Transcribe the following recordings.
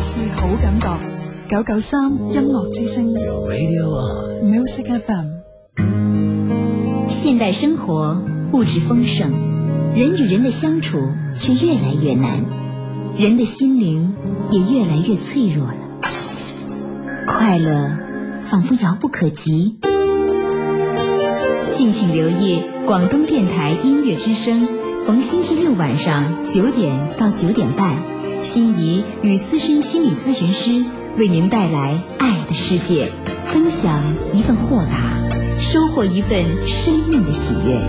感覺九九三音樂之聲 Your radio on. Music FM。现代生活物质丰盛，人与人的相处却越来越难，人的心灵也越来越脆弱了。快乐仿佛遥不可及。敬请留意广东电台音乐之声，逢星期六晚上九点到九点半，心仪与资深心理咨询师为您带来《爱的世界》，分享一份豁达，收获一份生命的喜悦，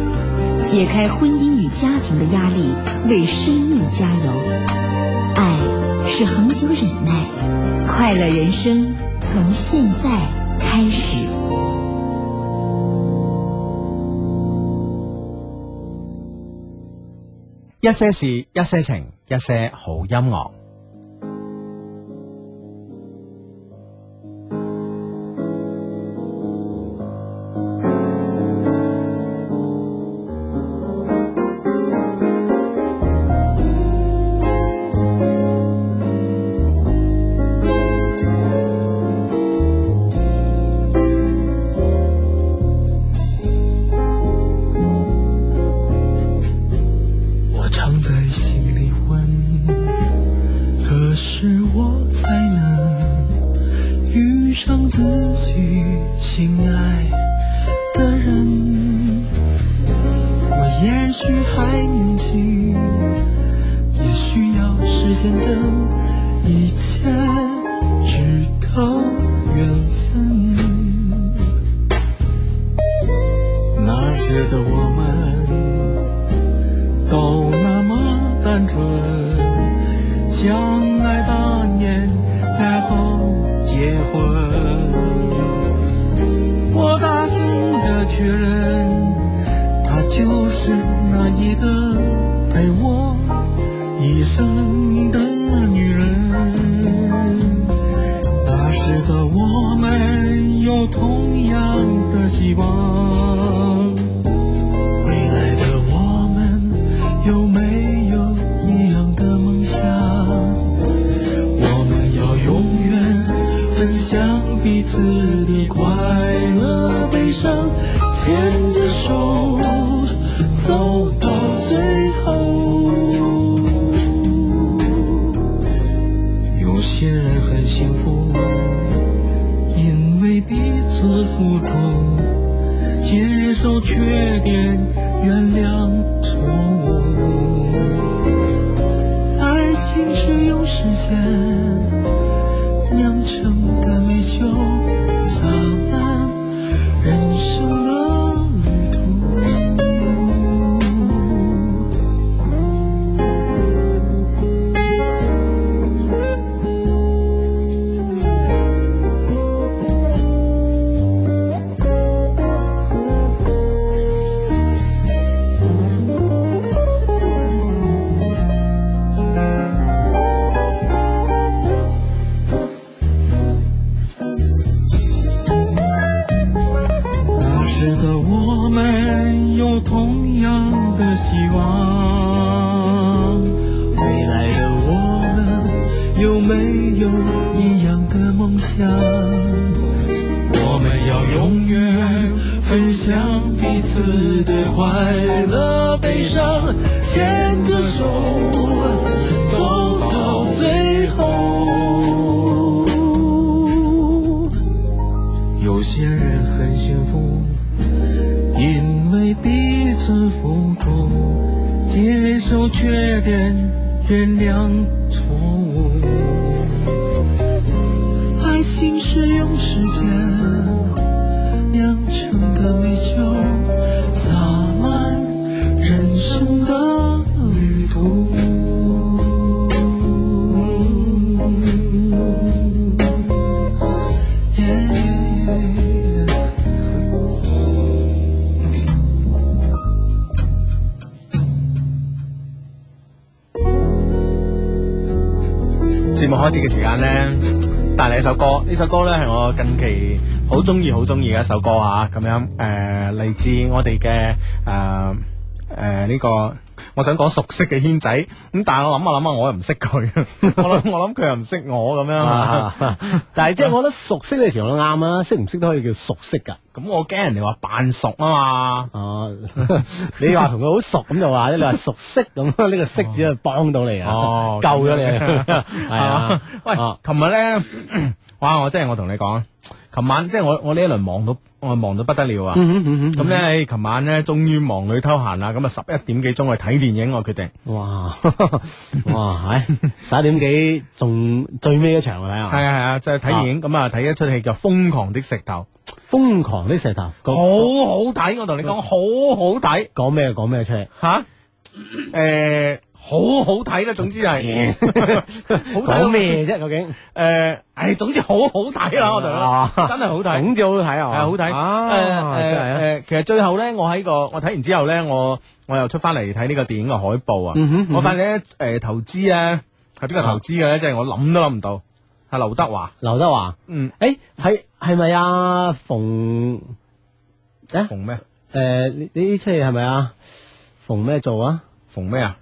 解开婚姻与家庭的压力，为生命加油。爱是恒久忍耐，快乐人生从现在开始。一些事，一些情，一些好音樂。我常在心里问，何时我才能遇上自己心爱的人？我也许还年轻，也需要时间等，一切只靠缘分。那时的我们。都那么单纯，相爱八年，然后结婚。我大声的确认，她就是那一个陪我一生的女人。那时的我们有同样的希望。未来的我们有没有一样的梦想？我们要永远分享彼此的快乐、悲伤，牵着手走到最后。有些人很幸福，因为彼此付出。接受缺点，原谅错误。爱情是用时间酿成的美酒，洒满人生的旅途。那时的我们有同样的希望，未来的我们有没有一样的梦想？我们要永远分享彼此的快乐、悲伤，牵着手走到最后。有些人很幸福，因为彼此付出，接受缺点，原谅错误。爱情是用时间酿成的美酒，洒满人生的旅途。Yeah. 節目開始嘅時間呢，帶嚟一首歌。呢首歌呢，係我近期呃好中意、好中意嘅一首歌啊。咁樣誒，嚟、自我哋嘅誒诶呢個，我想講熟悉嘅軒仔，咁但係我諗下諗下，我又唔識佢， 我諗我諗佢又唔識我咁樣啊。但系即系我觉得熟悉呢條路啱啊，識唔識都可以叫熟悉噶。咁我驚人哋話扮熟啊嘛。 哦，你話同佢好熟咁就話啫，你話熟悉咁呢個識字就幫到你啊，哦 救咗你啊，係啊，喂啊，琴日咧， 哇！我真係我同你講，琴晚即係我我呢一輪忙到我忙到不得了啊。嗯咁咧，唉琴晚咧終於忙裏偷閒啦，咁啊十一點幾鐘去睇電影，我決定。哇 哇，係十一點幾仲最尾一場啊睇哦係啊下，係啊，就係睇電影咁啊，睇一出戲叫《瘋狂的石頭瘋狂啲石頭》，好講好睇，我同你講，好好睇哦講咩講咩出嚟，吓，诶，好好睇啦，總之 係好睇到啊講？咩啫究竟？诶，唉，總之好好睇啦，我同你啊講，真係好睇。總之好睇啊系好睇，啊真係啊，誒誒誒其實最後咧，我喺個我睇完之後咧，我我又出翻嚟睇呢個電影嘅海報嗯啊，我發現咧誒投資咧係邊個投資嘅啊咧，即係我諗都諗唔到，係劉德華，劉德華，嗯，誒係係咪啊馮誒馮咩？誒呢呢出戲係咪啊馮咩做啊？馮咩啊？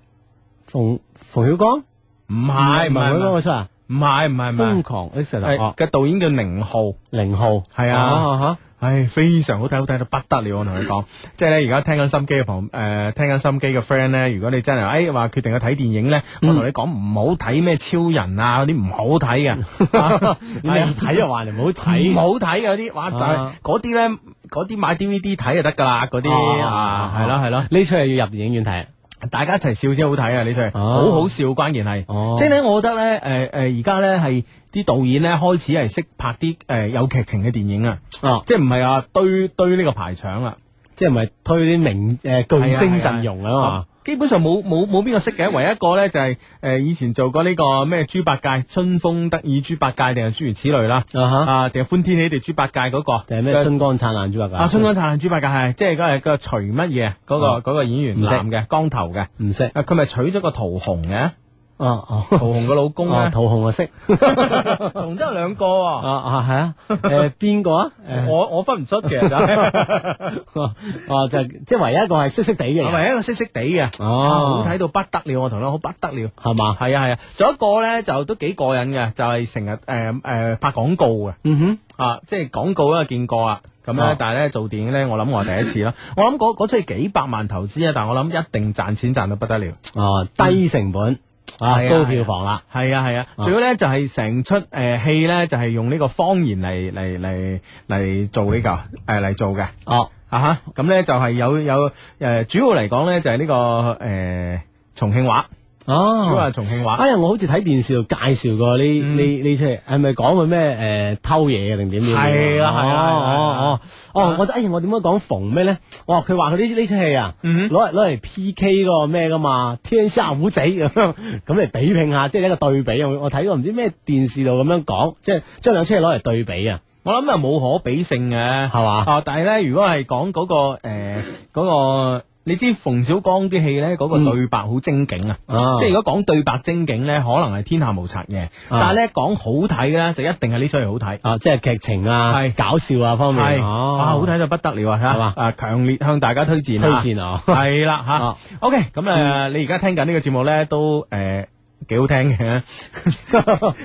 馮馮曉剛。唔係唔係嗰係個出啊？唔係唔係唔瘋係，狂 X 係頭哦嘅導演叫寧浩。零號係啊啊唉，非常好睇，好睇到不得了！我同你講，即係咧，而家聽緊心機嘅朋誒、呃，聽緊心機嘅 friend 咧，如果你真係誒話決定去睇電影咧，嗯我同你講唔好睇咩超人啊嗰啲唔好睇嘅， 啊你唔睇就話你唔好唔睇，好睇嘅嗰啲，哇就係啊嗰啲咧，嗰啲買 DVD 睇就得㗎啦，嗰啲啊啊，係咯係咯，呢出係要入電影院睇。大家一齊笑先好睇啊！你哋啊好好笑，關鍵係哦，即係咧，我覺得咧，誒誒，而家咧係啲導演咧開始係識拍啲誒有劇情嘅電影啊，哦，即係唔係話堆堆呢個排場啊。即係唔係推啲明誒巨星陣容啊嘛？基本上冇冇冇边个识嘅，唯一一個咧就係呃以前做過呢個咩豬八戒，春風得意豬八戒定係諸如此類啦，啊哈啊定係歡天喜地豬八戒嗰個，呃定係咩春光燦爛豬八戒？啊春光燦爛豬八戒係即係嗰個徐乜嘢嗰個啊嗰個演員唔識男嘅光頭嘅，唔識啊佢咪娶咗個陶虹 嘅，哦陶哦虹嘅老公啊 哦，咧，桃紅我識陶虹都有兩個喎，啊啊係 啊誒邊個啊？誒我我分唔出嘅，就 係哦就係即係唯一一個係識識地嘅我人，唯一一個識識地嘅，哦好睇到不得了，我同你講好不得了。係嘛？系啊系啊，仲有一個咧就都幾過癮嘅，就係成日诶诶拍廣告嘅嗯哼，啊，即係廣告咧見過啊，咁咧、啊但係咧做電影咧，我諗我係第一 次啦，我諗嗰嗰出係幾百萬投資啊，但我諗一定賺錢賺到不得了。哦低成本啊係啊高票房啦，係啊係啊，啊仲要咧就係成出诶戏咧就係用呢個方言嚟嚟嚟嚟做呢、個个诶嚟、做嘅哦啊哈，咁咧就係有有诶、呃主要嚟講咧就係呢、個个诶、重慶話，哦主要係重慶話。哎呀，我好似睇電視度介紹過呢嗯呢呢出戲，係咪講佢咩诶偷嘢嘅啊定點點？係啊啦係啦係啦哦哦哦，哦，我覺得哎呀，我點解講馮咩咧？哦，佢話佢呢呢出戲啊，攞嗯嚟攞嚟 P K 嗰個咩噶嘛，天下虎仔咁樣咁嚟比拼下，即係一個對比啊！我我睇過唔知咩電視度咁樣講，即係將兩出戲攞嚟對比啊！我諗又冇可比性嘅，係嘛啊，但係咧，如果係講嗰個诶嗰、個，你知馮小剛啲戲咧，嗰、個對白好精警啊。嗯啊即係如果講對白精警咧，可能係天下無賊嘅。但係咧講好睇咧，就一定係呢出戲好睇。啊，即係劇情啊係、搞笑啊方係面，哇，好哦，睇到不得了啊！係嘛吓，啊，强烈向大家推薦推啊 薦啊！系啦吓啊，OK，咁诶，你而家聽緊呢個節目咧，都诶幾好聽嘅。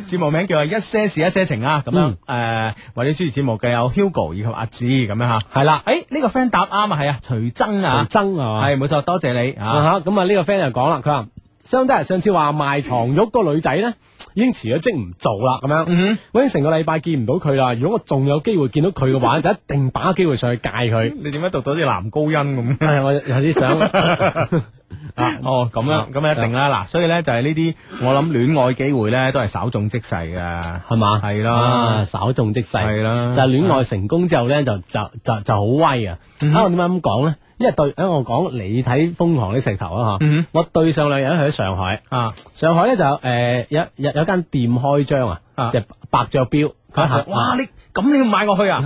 節目名叫做《一些事一些情》啊，咁樣诶，為你主持節目嘅有 Hugo 以及阿志咁樣吓。係啦，诶呢個 friend 答啱啊，係啊，徐峥啊，爭啊嘛係冇錯，多謝你啊。啊哈咁啊呢個 friend 就講啦，佢話相得人上次話賣床褥嗰個女仔咧，已經辭咗職唔做啦，咁樣，嗯我已經成個禮拜見唔到佢啦。如果我仲有機會見到佢嘅話，就一定把握機會上去戒 佢。你點解讀到啲男高音 咁？唉，我有啲想啊，哦，咁樣咁一定啊啦。嗱，所以咧就係呢啲，我諗戀愛機會咧都係稍縱即逝嘅。係嘛，係啦啊稍縱即逝，係啦但係戀愛成功之後咧，就就就就好威啊！嗯啊，我點解咁講咧？因為對，啊我講你睇《瘋狂的石頭》啊嚇，我對上兩日去咗上海。嗯啊，上海咧就誒、呃有有有間店開張啊啊，就係白雀標，佢行哇，你咁你要買過去啊？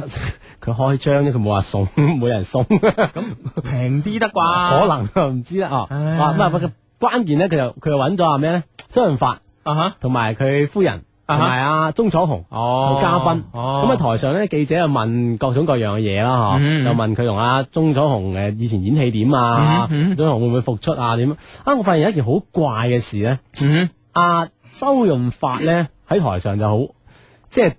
佢開張啫，佢冇話送， 冇人送， 可平啲得啩？能唔知啦哦。唉哇，咁啊，關鍵咧，佢就佢就揾咗阿咩咧，周潤發啊哈。同埋佢夫人啊同哈埋阿鍾楚紅哦做嘉賓。哦咁喺台上咧，記者就問各種各樣嘅嘢啦，嗯嗬，就問佢同阿鍾楚紅誒以前演戲點啊，嗯嗯鍾楚紅會唔會復出啊？點啊？我發現有一件好怪嘅事咧，嗯阿周潤發咧喺台上就好，即係。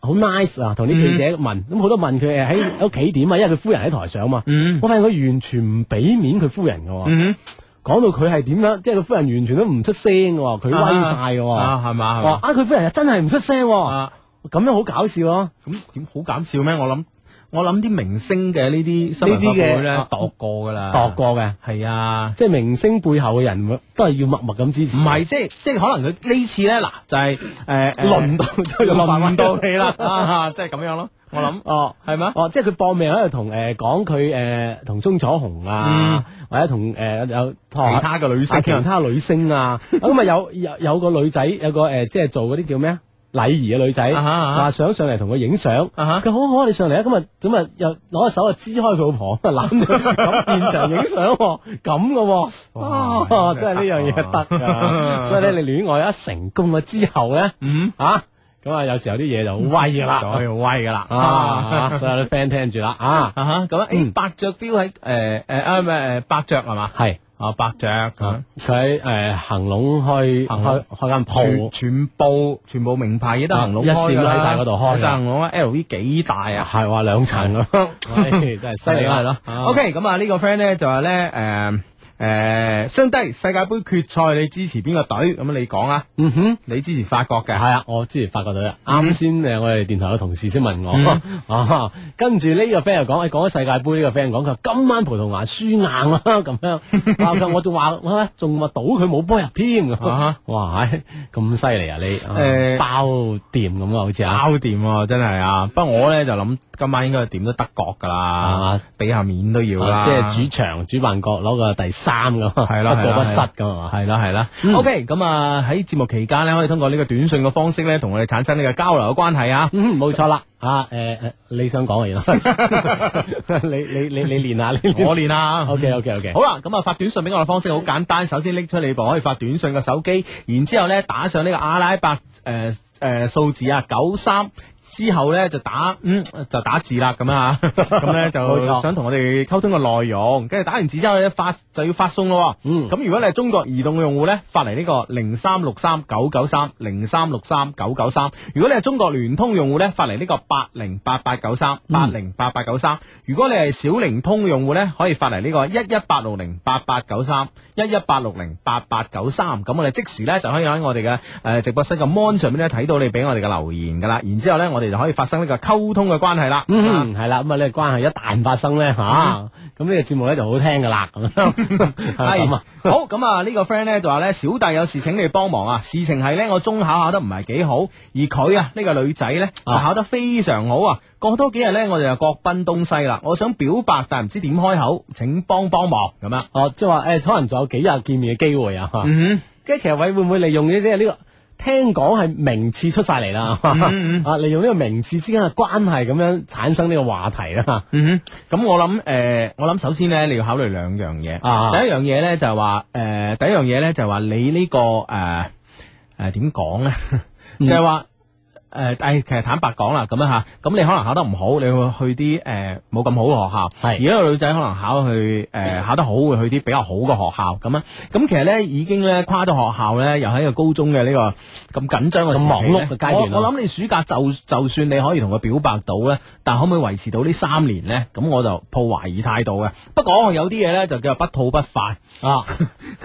好 nice 啊！同啲記嗯者問，咁好多問佢誒喺屋企點啊，因為佢夫人喺台上嘛。嗯我發現佢完全唔俾面佢夫人嘅喎。嗯，講到佢係點樣，即係佢夫人完全都唔出聲嘅喎，佢威晒嘅喎。啊係嘛係哇嘛啊！佢夫人又真係唔出聲喎，啊，咁樣好搞笑咯。咁點好搞笑咩？我諗我諗啲明星嘅呢啲新聞呢啲發嘅布會咧啊度過噶啦，度過嘅，係啊。即係明星背後嘅人都係要默默咁支持。唔係，即係即係可能佢呢次咧嗱，就係誒 輪到周潤發輪到你啦， 啊即係咁樣咯。我諗哦。係咩？哦，即係佢搏命喺度同誒講佢誒同鍾楚紅啊，或者同誒有嗯其他嘅女性啊其他女 星啊，咁啊有有有個女仔有個誒即係做嗰啲叫咩啊禮儀嘅女仔，啊哈啊哈話想上嚟同佢影相，啊哈佢好好啊，你上嚟啊，咁啊咁啊又攞個手啊支開佢老婆，攬住佢咁現場影相喎，咁 嘅喎，哇啊真係呢樣嘢得 㗎，所以咧你戀愛一成功咗之後咧，啊咁啊有時候啲嘢就好威㗎啦，嗯 就可以好威噶啦啊！所有啲 friend 聽住啦啊，啊哈，咁啊，誒，伯爵標喺誒誒啊唔係誒伯爵係嘛？係啊，伯爵咁佢誒行龍開行開龍開全間鋪，全部全部名牌嘢都行龍啊一開線㗎啦都喺晒嗰度開㗎喺晒行龍啊！L V 幾大啊？係話兩層咁 樣，唉真係犀利啦，係 咯。OK，咁啊呢個 friend 咧就話咧誒誒，相低世界盃決賽你支持邊個隊？咁你講啊，嗯哼。你支持法國嘅嗯系啊，我之前發覺到啦，啱先誒，我哋電台嘅同事先問我， 啊，跟住呢個 friend 又講，誒講起世界盃呢個 friend 講佢話今晚葡萄牙輸硬啦， 咁樣，哇我仲話，哇仲話賭佢冇波入添，啊哇，唉咁犀利啊你，誒啊包掂咁啊，好似啊，搞掂喎，真係啊！不過我咧就諗今晚應該點都德國噶啦啊，俾下面都要啦，啊即係主場主辦國攞個第三咁，係啦係啦不過不失係啦咁啊嗯係嘛，系啦系啦，OK，咁啊喺節目期間咧，可以通過呢個短信嘅方式咧，同我哋產生呢個交流嘅關係啊。嗯冇錯啦，啊誒誒你想講嘅嘢， 你你你你練下你我練啊，OK OK OK。好啦，咁啊發短信俾我嘅方式好簡單，首先拎出你部可以發短信嘅手機，然之後咧打上呢個阿拉伯誒誒數字啊九三。之後咧就打嗯就打字啦咁 啊，咁咧冇就錯想同我哋溝通個內容，跟住打完字之後咧發就要發送咯。嗯咁如果你係中國移動嘅用戶咧，發嚟呢個零三六三九九三零三六三九九三；如果你係中國聯通用戶咧，發嚟呢個八零八八九三嗯八零八八九三；如果你係小靈通用戶咧，可以發嚟呢個一一八六零八八九三一一八六零八八九三。咁我哋即時咧就可以喺我哋嘅誒直播室嘅 mon 上面咧睇到你俾我哋嘅留言噶啦，然之後咧我哋就可以發生呢個溝通嘅關係啦。嗯嗯，系啦，咁啊呢個關係一旦發生咧吓，咁呢啊個節目咧就好聽噶啦，咁 樣係咪咁系啊，好咁啊！呢個 friend 咧就話咧，小弟有事請你幫忙啊。事情係咧，我中考考得唔係幾好，而佢啊呢個女仔咧就啊考得非常好啊。過多幾日咧，我哋就各奔東西啦。我想表白，但唔知點開口，請幫幫忙咁樣。嗯哦，即係話诶，誒可能仲有幾日見面嘅機會啊，嚇跟住其實偉會唔會利用呢即係呢個聽講係名次出晒嚟啦，嗯啊，利用呢個名次之間嘅關係咁樣產生呢個話題啊啦，嗯哼，咁我諗誒、呃我諗首先咧，你要考慮兩樣嘢。啊第一樣嘢咧就係話誒，第一樣嘢咧就係話你呢、個誒誒點講咧，就嗯係話。誒，但係其實坦白講啦，咁樣嚇，咁你可能考得唔好，你會去啲誒冇咁好嘅學係校；而一個女仔可能考去誒、呃考得好，會去啲比較好嘅學校咁啊。咁其實咧已經咧跨到學校咧，又喺一個高中嘅呢、個咁緊張嘅時期咁忙碌嘅呢階段啊我我諗你暑假就就算你可以同佢表白到咧，但可唔可以維持到呢三年咧？咁我就抱懷疑態度嘅。不過有啲嘢咧就叫做不吐不快。 啊，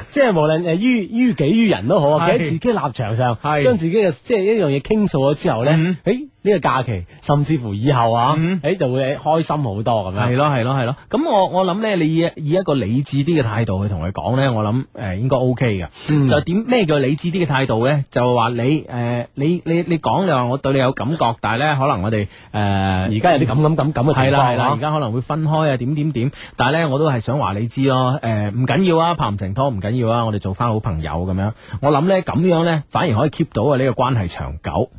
即係無論诶呃於於己於人都好啊，企係喺自己立場上，係嗯將自己嘅即係一樣嘢傾訴咗之後咧，诶呢個假期甚至乎以後啊，诶就會開心好多咁樣係。咯係咯係咯，咁我我諗咧，你以以一個理智啲嘅態度去同佢講咧，我諗誒、呃、應該 O K 嘅。嗯就點咩叫理智啲嘅態度咧？就話你誒、呃你你你講你話我對你有感覺，但係咧可能我哋誒而而家有啲咁咁咁咁嘅情係況啦係啦，啊而家可能會分開啊，點點點。但係咧，我都係想話你知咯，誒唔緊要啊，拍唔成拖唔緊要啊，我哋做翻好朋友咁樣。我諗咧咁樣咧，反而可以 keep 到啊呢個關係長久。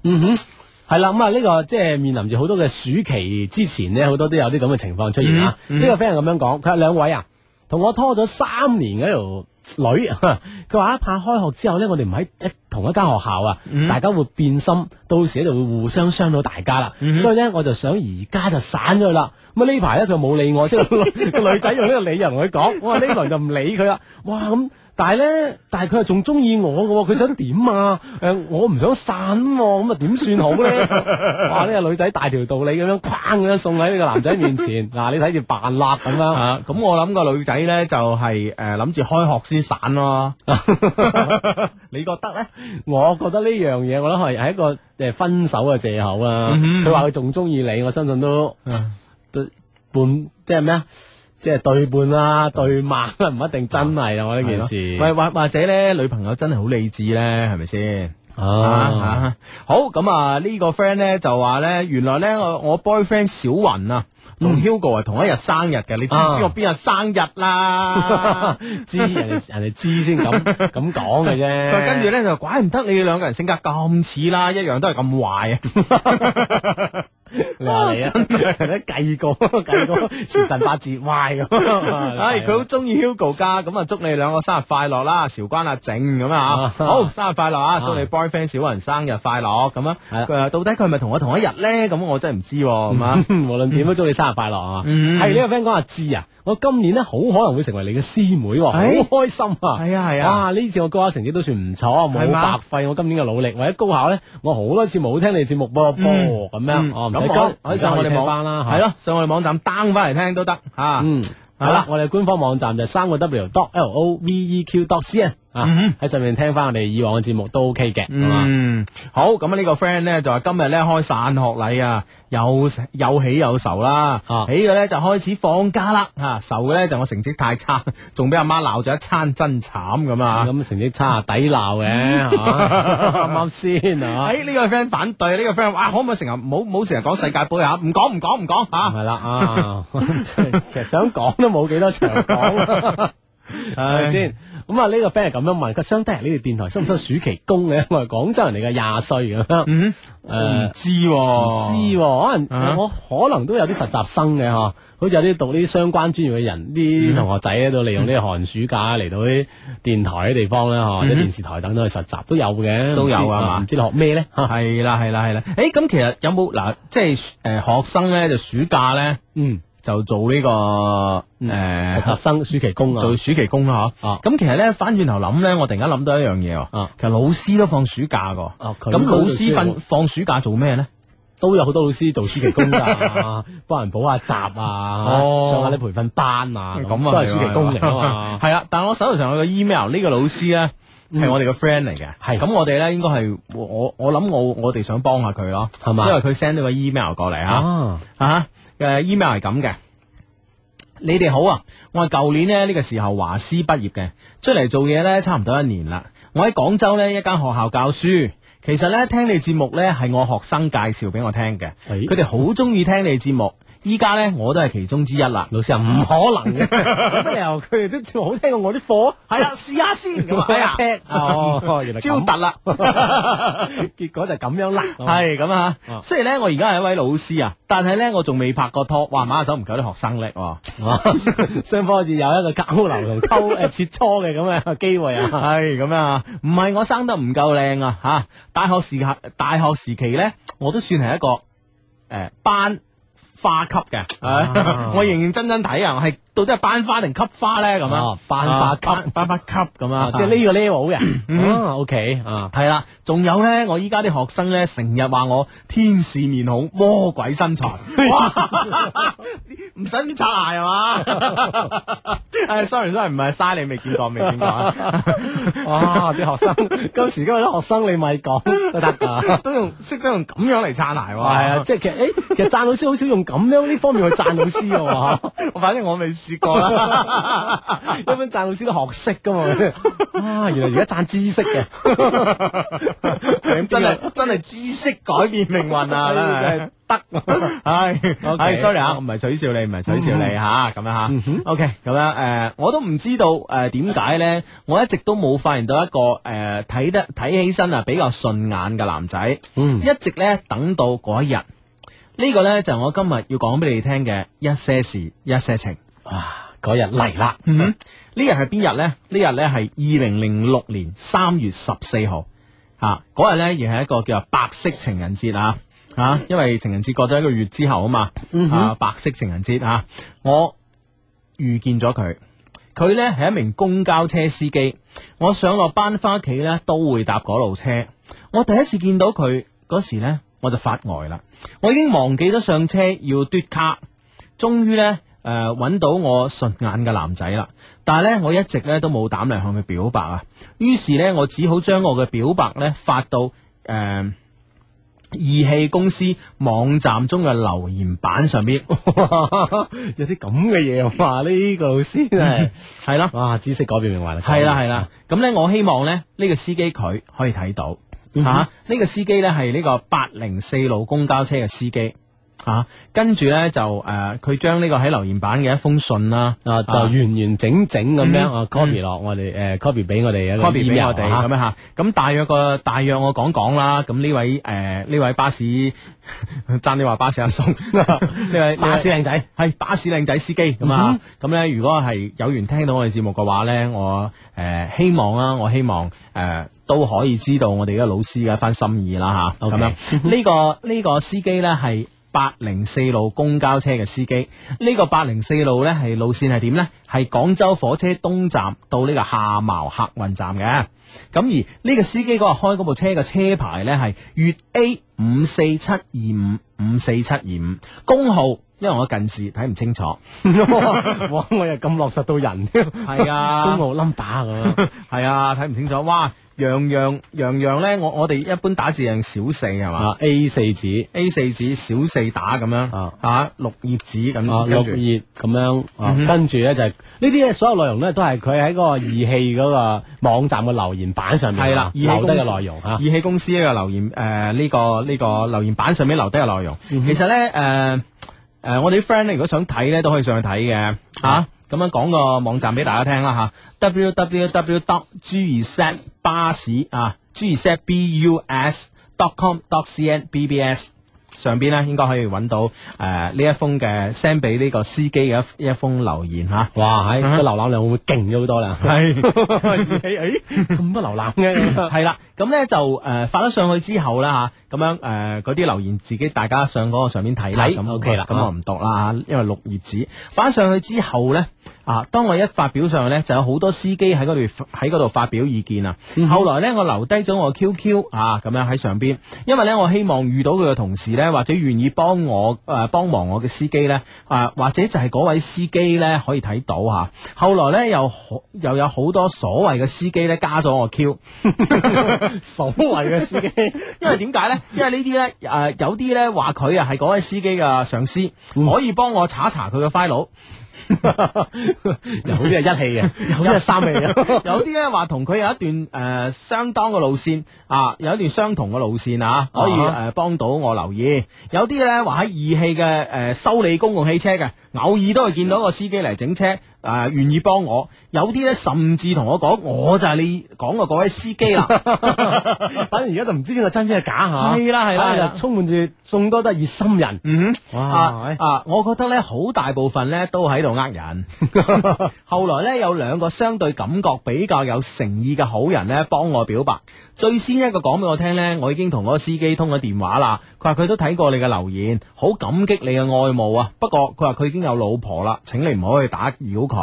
係啦，咁啊呢個即係面臨住好多嘅暑期之前呢，好多都有啲咁嘅情況出現啊。呢個 friend 咁樣講，佢話兩位啊，同我拖咗三年嗰條女， 佢話一怕開學之後呢，我哋唔喺一同一間學校啊，大家會變心，到時呢就會互相傷到大家啦。所以呢，我就想而家就散咗佢啦。咁啊呢排呢，佢冇理我，即係個女個女仔用呢個理由同佢講，我話呢輪就唔理佢啦。哇咁。但係咧，但係佢又仲中意我嘅喎，佢想點啊？誒、我唔想散喎，咁啊點算好咧？哇！呢、 個女仔大條道理咁樣框咁樣送喺呢個男仔面前， 嗱、你睇住扮辣咁樣。啊，咁我諗個女仔咧就係诶諗住開學先散咯，你覺得咧？我覺得呢樣嘢，我諗係係一個誒分手嘅藉口啦。佢話佢仲中意你，我相信都都半即係咩啊？即係對半啦，對罵啦，唔一定真係啊啦。我呢件事，喂，或或者咧，女朋友真係好理智咧，係咪先？啊，啊好咁啊！呢個 friend 咧就話咧，原來咧我我 boyfriend 小雲啊，同 Hugo 係同一日生日嘅，你知唔嗯啊知我邊日生日啦？ 知人哋人哋 知先咁咁講嘅啫。佢跟住咧就怪唔得你哋兩個人性格咁似啦，一樣都係咁壞啊！ 你話你啊，你 計過計過時辰八字壞咁。唉，佢好中意 Hugo 家，咁啊祝你兩個生日快樂啦，韶關阿靜咁啊，好生日快樂啊，祝你 boyfriend 小雲生日快樂咁啊！係啦佢話到底佢係咪同我同一日咧？咁我真係唔知 喎咁啊！無論點都祝你生日快樂啊！ 嗯係呢個 friend 講阿志啊，我今年咧好可能會成為你嘅師妹喎，好哎開心啊！係啊係啊哇！呢次我高考成績都算唔錯，冇係嘛白費我今年嘅努力。為咗高考咧，我好多次冇聽你節目噃噃咁嗯樣，哦唔咁使急，我可以上我哋網網班啦，係咯，咯，上我哋網站 down 翻嚟聽都得吓。嗯。係係啦啦，我哋官方網站就三個 W dot L O V E Q dot C N 啊，喺上面聽翻我哋以往嘅節目都 OK 嘅，係嘛？嗯，好，咁啊呢個 friend 咧就話今日咧開散學禮啊，有有喜有愁啦，啊喜嘅咧就開始放假啦，吓愁嘅咧就我成績太差， 仲俾阿媽鬧咗一餐，真慘咁啊！咁成績差抵鬧嘅，係嘛啱啱先 啊？喺呢個 friend 反對，呢個 friend 哇，可唔可以成日唔好唔好成日講世界盃啊？唔講唔講唔講系吓，啦啊， 其實想講都冇幾多場講，啊 係咪先？咁啊，呢個 friend 係咁樣問，佢相低人呢條電台收唔收暑期工嘅？ 我係廣州人嚟嘅，廿歲咁樣。嗯，誒唔知喎知喎可啊能我可能都有啲實習生嘅嗬，好似有啲讀呢啲相關專業嘅人，嗯啲同學仔喺度利用呢個寒暑假嚟到啲電台嘅地方咧，嗬，或者電視台等等去實習都有嘅，嗯都有啊嘛唔知唔知你學咩咧？嚇係啦係啦係啦，誒咁其實有冇嗱，即係誒學生咧就暑假咧嗯，就做呢個實誒習生暑期工啊，做暑期工啦吓。啊咁其實咧翻轉頭諗咧，我突然間諗到一樣嘢喎啊。其實老師都放暑假噶。啊佢咁老佢師老師放喎放暑假做咩咧？都有好多老師做暑期 工噶，幫人補下習啊，哦上下啲培訓班啊，咁啊都係暑期工嚟啊嘛。係啊，但係我手頭上有個 email，呢個老師咧係我哋嘅 friend 嚟嘅。嗯係咁，我哋咧應該係我我我諗我我哋想幫下佢咯，係嘛因為佢 send 咗個 email 過嚟吓。啊，啊，誒 email 係咁嘅。你哋好啊！我係舊年呢，呢、個時候華師畢業嘅，出嚟做嘢呢，差唔多一年啦。我喺廣州呢一間學校教書，其實呢，聽你節目呢係我學生介紹俾我聽嘅，咦佢哋好中意聽你節目。依家呢，我都係其中之一啦。老師啊，唔可 能嘅，乜理由佢哋都仲好聽過我啲課？係啦，試下先 咁啊！哎呀，聽哦，原來招咁，突 啦！結果就咁樣啦。系咁啊啊！雖然咧，我而家係一位老師啊，但係咧，我仲未拍過拖。哇，馬下手唔夠啲學生叻喎。 係，雙方好似有一個交流同溝誒切磋嘅咁嘅機會啊。系咁啊，唔係我生得唔夠靚啊吓、大學時期大學時期咧，我都算係一個诶、呃班花級嘅， 我認認真真睇啊，我係到底係班花定級花咧咁啊哦？班花級啊班班花級咁啊嗯哦啊，，即係呢個 level 嘅。啊，OK 啊，系啦，仲有咧，我依家啲學生咧，成日話我天使面孔、魔鬼身 材，哇！唔使咁擦鞋係嘛？ 哎唉，sorry sorry，唔係嘥你未見過，未見過 啊。哇！啊啲學生今時今日啲學生，你咪講都得㗎。都用識得用咁樣嚟撐鞋喎。系啊，即係其實诶，其實讚老師好少用咁樣呢方面去讚老師嘅喎，我 反正我未試過啦。嚇 一般讚老師都學識噶嘛。啊，原來而家讚知識嘅， 真係真係知識改變命運啊！得唉，唉 OK ，sorry 啊，我唔係取笑你，唔係取笑你吓，咁樣吓，OK，咁樣诶，誒我都唔知道诶點解咧，我一直都冇發現到一個诶睇得睇起身啊比較順眼嘅男仔，嗯一直咧等到嗰一日，呢個咧就係我今日要講俾你聽嘅一些事一些情。嗰日嚟啦。嗯哼，呢日係邊日呢？呢日呢係二零零六年三月十四號，吓啊嗰日呢亦係一個叫做白色情人節啊！啊，因為情人節過咗一個月之後啊嘛，啊白色情人節啊，我遇見咗佢，佢呢係一名公交車司機，我上落班翻屋企呢都會搭嗰路車。我第一次見到佢嗰時呢，我就發呆啦，我已經忘記咗上車要嘟卡。終於呢，誒、揾到我順眼嘅男仔啦，但係呢，我一直呢都冇膽量向佢表白啊。於是呢，我只好將我嘅表白呢發到誒、呃、義氣公司網站中嘅留言板上邊， 有啲咁嘅嘢哇！呢個老師真係 係啦。哇，知識改變命運啦。啊係啦係啦，咁呢，我希望呢，呢、個司機佢可以睇到吓，呢、個司機呢係呢個八零四路公交車嘅司機吓、啊跟住呢，就誒佢將呢個喺留言板嘅一封信啦，啊，就啊嗯完完整整咁樣啊，copy 落我哋誒 copy 俾我哋一個 copy 俾我哋 email 啊咁樣吓，咁大約個大約我講講啦。咁呢位誒呢位巴士 爭啲話巴士阿叔， 呢位巴士靚仔嗯係巴士靚仔司機咁啊。咁咧，如果係有緣聽到我哋節目嘅話咧，我誒希望啦，我希望誒都可以知道我哋嘅老師嘅一番心意啦吓，咁 OK 樣呢個 呢個司機咧係。八零四路公交車嘅司機，呢、個八零四路呢係路線係點呢？係廣州火車東站到呢個下茅客運站嘅。咁而呢個司機嗰日開嗰部車嘅車牌呢係粵 A 五四七二五五四七二五，工號因為我近視睇唔清楚。 哇！我又咁落實到人，係啊 都冇 number 咁樣。係啊，睇唔清楚。哇，樣樣樣樣呢，我我哋一般打字係用小四係嘛、啊 A 四紙 a 四紙小四打咁樣啊啊，六頁紙咁啊跟六住嗯頁咁樣啊，跟住咧就係呢啲咧所有內容咧都係佢喺嗰個義氣嗰個網站嘅留言板上面系啦啊，留低嘅內容嚇。義氣公司呢個留言誒呃呢個呢個留言板上面留低嘅內容，嗯其實咧誒誒呃我哋啲 friend 咧如果想睇咧都可以上去睇嘅嚇。咁樣講個網站俾大家聽啦嚇，www dot g 二 set 巴士啊 g 二 set b u s dot com dot c n b b s 上邊咧應該可以揾到呃誒呢、一封嘅 send 俾呢個司機嘅一一封留言嚇。哇！喺嗯個瀏覽量會唔會勁咗好多 啦？ 係。誒咁多瀏覽 嘅，系啦，咁咧就誒、呃、發咗上去之後啦嚇，咁樣誒嗰啲留言自己大家上嗰個上面睇啦，睇咁 OK 啦啊咁我唔讀啦嚇，因為六頁紙發咗上去之後咧，啊，當我一發表上去咧，就有好多司機喺嗰度喺嗰度發表意見啊。嗯後來咧，我留低咗我 QQ 啊，咁樣喺上邊，因為咧我希望遇到佢嘅同事咧，或者願意幫我誒、呃、幫忙我嘅司機咧，啊，或者就係嗰位司機咧可以睇到嚇、後來咧又好又有好多所謂嘅司機咧加咗我 Q。所謂嘅司機因為點解呢？因為呢啲呢，诶、有啲呢話佢啊係嗰位司機嘅上司，嗯可以幫我查一查佢嘅 file。 有啲係 一氣嘅，有啲係三氣嘅。有啲呢話同佢有一段诶、誒相當嘅路線啊，有一段相同嘅路線啊，可以啊诶帮、幫到我留意。有啲呢話喺義氣嘅诶、誒修理公共汽車嘅，偶爾都會見到個司機嚟整車。啊，願意幫我，有啲呢甚至同我講，我就係你講嘅嗰位司機啦。 反正而家就唔知邊個真邊個假嚇。係啦係反啦係啦正就充滿住眾多都係熱心人。嗯哼，哇啊啊，我覺得咧好大部分咧都喺度呃人。後來咧有兩個相對感覺比較有誠意嘅好人咧幫我表白。最先一個講俾我聽咧，我已經同嗰個司機通咗電話啦。佢話佢都睇過你嘅留言，好感激你嘅愛慕啊。不過佢話佢已經有老婆啦，請你唔好去打擾佢。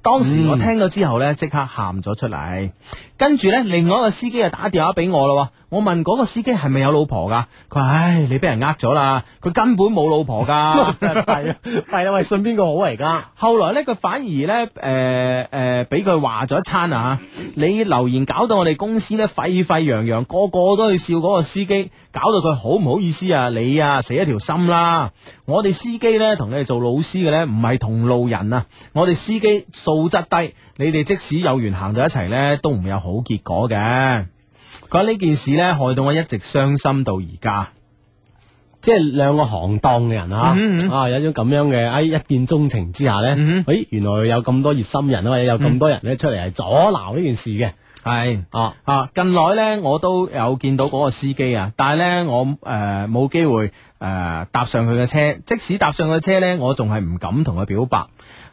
當時我聽咗之後咧，即刻喊咗出嚟。跟住咧，另外一個司機就打電話俾我咯。我問嗰個司機係咪有老婆噶？佢話：唉，你俾人呃咗啦，佢根本冇老婆 噶。 係啊，係啦，喂，信邊個好啊而家？後來咧，佢反而咧，诶、诶，俾佢話咗一餐啊！你留言搞到我哋公司咧沸沸揚揚，個個都去笑嗰個司機，搞到佢好唔好意思啊！你啊，死一條心啦！我哋司機咧同你哋做老師嘅咧，唔係同路人啊！我哋司機素質低，你哋即使有緣行到一齊咧，都唔會有好結果嘅。佢話呢件事咧，害到我一直傷心到而家。即係兩個行當嘅人啊，啊有一種咁樣嘅哎喺一見鐘情嗯之下咧，誒原來有咁多熱心人啊，或者有咁多人咧出嚟係阻撓呢件事嘅，系哦啊，近來咧我都有見到嗰個司機啊，但係咧我诶冇機會诶、呃搭上佢嘅車，即使搭上佢嘅車咧，我仲係唔敢同佢表白。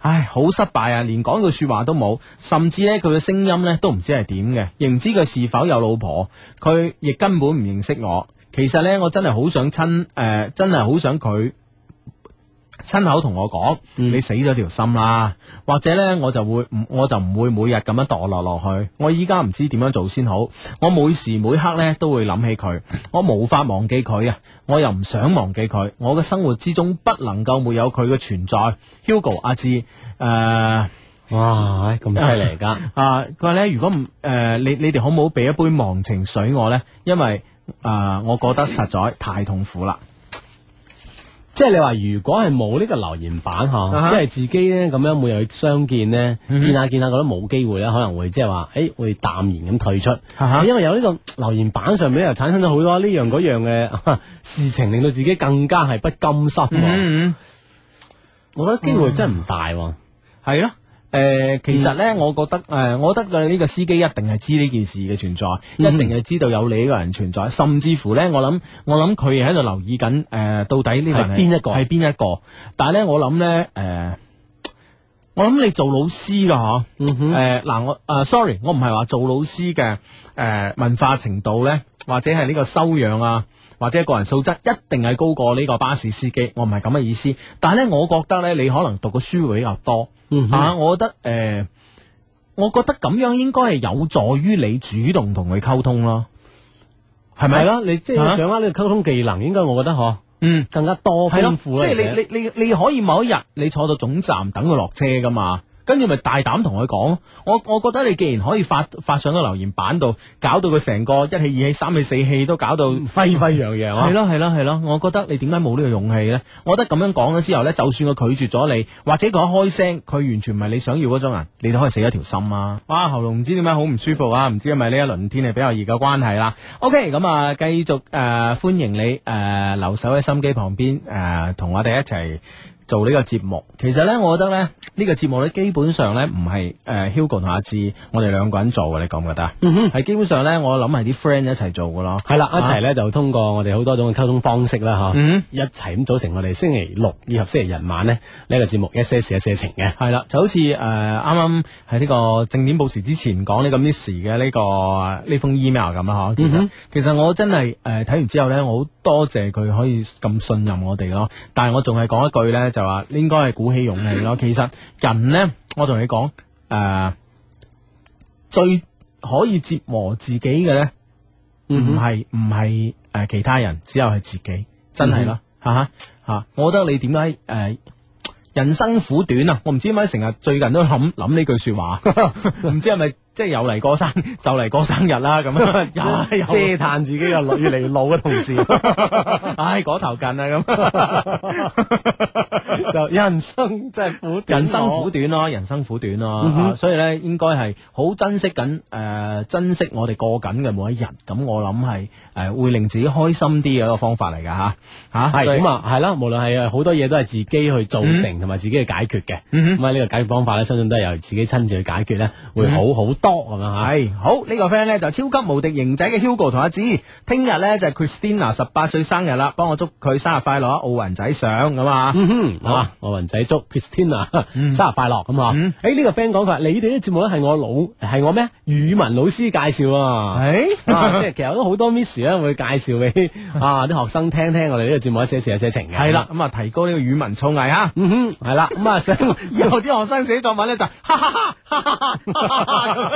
唉，好失敗啊！連講句说話都冇，甚至咧佢嘅聲音咧都唔知係點嘅，亦唔知佢是否有老婆，佢亦根本唔認識我。其實咧，我真係好想親诶、呃真係好想佢親口同我講，你死咗條心啦，或者呢，我就會唔我就唔會每日咁樣墮落落去。我依家唔知點樣做先好，我每時每刻呢都會諗起佢，我無法忘記佢啊，我又唔想忘記佢。我嘅生活之中不能夠沒有佢嘅存在。Hugo 阿志，誒、哇，哎唉咁犀利而 家。啊，佢話呢，如果唔誒、你你哋可唔可以俾一杯忘情水我呢？因為啊、我覺得實在太痛苦啦。即係你話，如果係冇呢個留言板吓啊哈嗯即係自己咧咁樣每日去相見咧，見下見下覺得冇機會咧，可能會即係話，诶、會淡然咁退出啊哈因為有呢個留言板上面又產生咗好多呢樣嗰樣嘅、啊事情，令到自己更加係不甘心喎。嗯。我覺得機會真係唔大喎。系咯。诶、其嗯實咧，我覺得诶、誒我覺得呢個司機一定係知呢件事嘅存在，一定係知道有你呢個人存在，甚至乎咧，我諗我諗佢係喺度留意緊诶、誒到底呢個人係係邊一個係邊一個？但係咧，我諗咧，诶、我諗你做老師噶嗬，诶嗱、我诶、sorry，我唔係話做老師嘅诶、文化程度咧，或者係呢個修養啊，或者個人素質一定係高過呢個巴士司機，我唔係咁嘅意思。但係咧，我覺得咧，你可能讀嘅書會比較多，啊，我覺得诶、呃我覺得咁樣應該係有助於你主動同佢溝通咯，係咪係？咯，你即啊係掌握呢個溝通技能，應該我覺得嗬，嗯。更加多系咯，豐富啦。即而係且你你你你可以某一日你坐到總站等佢落車噶嘛，跟住咪大膽同佢講，我我覺得你既然可以發發上個留言板度，搞到佢成個一氣二氣三氣四氣都搞到。沸沸嗯揚揚啊係！咯係咯係咯，我覺得你點解冇呢個勇氣呢？我覺得咁樣講咗之後呢，就算佢拒絕咗你，或者佢一開聲，佢完全唔係你想要嗰種人，你都可以死咗條心啊！哇，喉嚨唔知點解好唔舒服啊！唔知係咪呢一輪天氣比較熱嘅關係啦？OK，咁啊，繼續誒、呃歡迎你誒、呃留守喺心機旁邊誒，同、我哋一齊。做呢個節目，其實呢，我覺得呢，呢、個節目呢，基本上呢，唔係誒 Hugo 同阿志，我哋兩個人做嘅，你覺唔覺得啊？係基本上呢，我諗係啲 friend 一齊做嘅咯。係啦，一齊咧就通過我哋好多種嘅溝通方式啦，吓、啊嗯一齊咁組成我哋星期六以及星期日晚呢，呢、一個節目一些事一些情嘅。系啦，就好似诶啱啱喺呢個正點報時之前講呢咁啲事嘅呢個呃呢封 email 咁啊啦嗬。其實、其實我真係呃诶睇完之後呢，我好多謝佢可以咁信任我哋咯。但係我仲係講一句呢，就話應該係鼓起勇氣咯。其實人呢，我同你講诶、呃最可以折磨自己嘅呢，嗯唔係唔係诶其他人，只有係自己，真係啦嗯吓吓。我覺得你點解诶？呃人生苦短啊！我唔知點解成日最近都諗諗呢句说 話，唔知係咪即係又嚟過生 就嚟過生日啦咁 啊，又又遮嘆自己嘅越嚟越老嘅同事， 唉嗰頭近啊咁。 就人生真係苦短，人生苦短咯，人生苦短咯，啊所以咧應該係好珍惜緊誒、呃珍惜我哋過緊嘅每一日。咁我諗係呃誒會令自己開心啲嘅一個方法嚟㗎嚇嚇。係所以咁啊，係啦，無論係好多嘢都係自己去造成同埋自己去解決嘅。嗯哼咁啊，呢個解決方法咧，相信都係由自己親自去解決咧，會好好多咁樣啊吓。系好呢、個 friend 呢，就超級無敵型仔嘅 Hugo 同阿子，聽日呢，就係 Christina 十八歲生日啦，幫我祝佢生日快樂啊！奧運仔上咁啊！嗯哼，好啊，嗯我云仔祝 Christina 生日快樂咁啊！诶，呢個 friend 講佢話，你哋啲節目咧係我老係我咩語文老師介紹啊。诶、啊，即係其實都好多 Miss 咧會介紹俾啊啲學生聽聽我哋呢個節目一些事一些情嘅。係啦，，咁啊提高呢個語文造詣吓。嗯哼，係啦，咁啊想以後啲學生寫作文咧就哈哈哈哈哈哈哈咁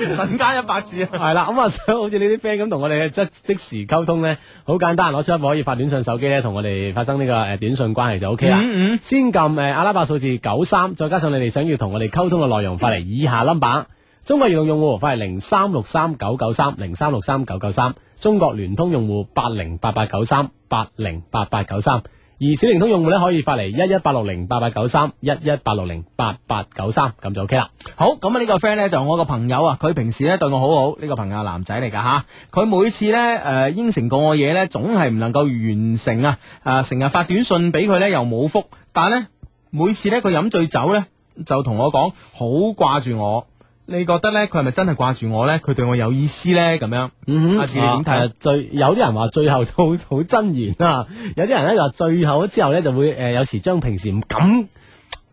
樣，瞬間一百字啊！係啦，咁啊想好似呢啲 friend 咁同我哋即即時溝通咧，好簡單，攞出一部可以發短信手機咧，同我哋發生呢個誒短信關係就 OK 啦。先撳誒阿拉伯數字九三，再加上你哋想要同我哋溝通嘅內容，發嚟以下 number。中國移動用戶發嚟零三六三九九三零三六三九九三，中國聯通用戶八零八八九三八零八八九三，而小靈通用戶咧可以發嚟一一八六零八八九三一一八六零八八九三，咁就 OK 啦。好，咁啊呢個 friend 咧就我個朋友啊，佢平時咧對我好好，呢、個朋友係男仔嚟噶吓，佢每次咧诶、呃應承過我嘢咧，總係唔能夠完成啊，啊、成日發短信俾佢咧又冇覆，但係咧每次咧佢飲醉酒咧就同我講好掛住我。你覺得咧佢係咪真係掛住我咧？佢對我有意思咧？咁樣，嗯阿志你點啊睇誒？最有啲人話最後都好 好真言啊，有啲人咧就話最後之後咧就會誒、有時將平時唔敢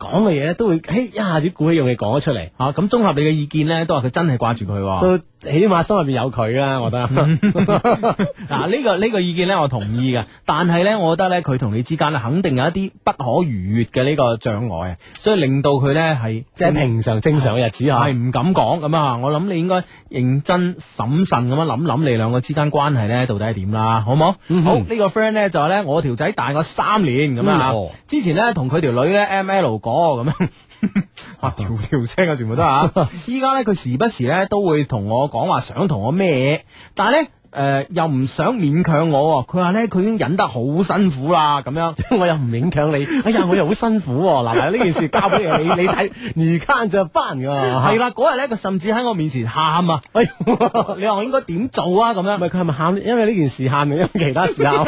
講嘅嘢咧都會，嘿一下子鼓起勇氣講咗出嚟，吓啊咁綜合你嘅意見咧，都話佢真係掛住佢喎。嗯都起碼心入邊有佢啦，我覺 得。嗱呢、個呢、個意見咧，我同意嘅，但係咧，我覺得咧，佢同你之間咧，肯定有一啲不可逾越嘅呢個障礙啊，所以令到佢咧係即係平常正常嘅日子啊嚇係，唔敢講咁啊！我諗你應該認真審慎咁樣諗諗你兩個之間關係咧，到底係點啦，好唔好？嗯好呢、個 friend 咧就話咧，我條仔大我三年咁啊，嗯哦之前咧同佢條女咧 M L 過咁樣。 啊，條條聲啊，全部都係 啊！依家咧，佢時不時咧都會同我講話想同我咩嘢，但係咧，誒、又唔想勉強我喎。佢話咧，佢已經忍得好辛苦啦，咁樣。 我又唔勉強你，哎呀，我又好辛苦喎、嗱嗱，呢件事交俾你， 你你睇，而家着班㗎，係啦，嗰日咧，佢甚至喺我面前喊啊！ 哎呀你話我應該點做啊？咁樣唔。係佢係咪喊？因為呢件事喊定因為其他事喊？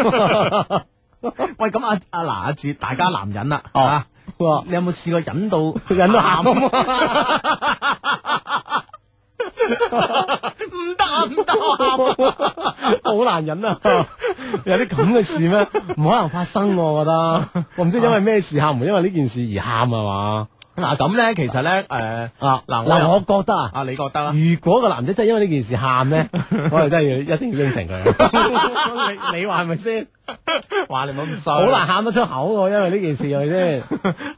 喂，咁阿阿嗱阿志，大家男人啦，啊，哇你有冇試過忍到 忍到喊啊 唔得唔得？好難忍啊！ 有啲咁嘅事咩？唔可能發生喎，我覺得。我唔知因為咩事喊，唔係因為呢件事而喊係嘛？嗱咁咧，其實咧，誒啊嗱我嗱，又我覺得啊，啊，你覺得啦？如果個男仔真係因為呢件事喊咧，我哋真係要一定要應承 佢。你你話係咪先？ 話你冇咁衰，好難喊得出口喎，因為呢件事係咪先？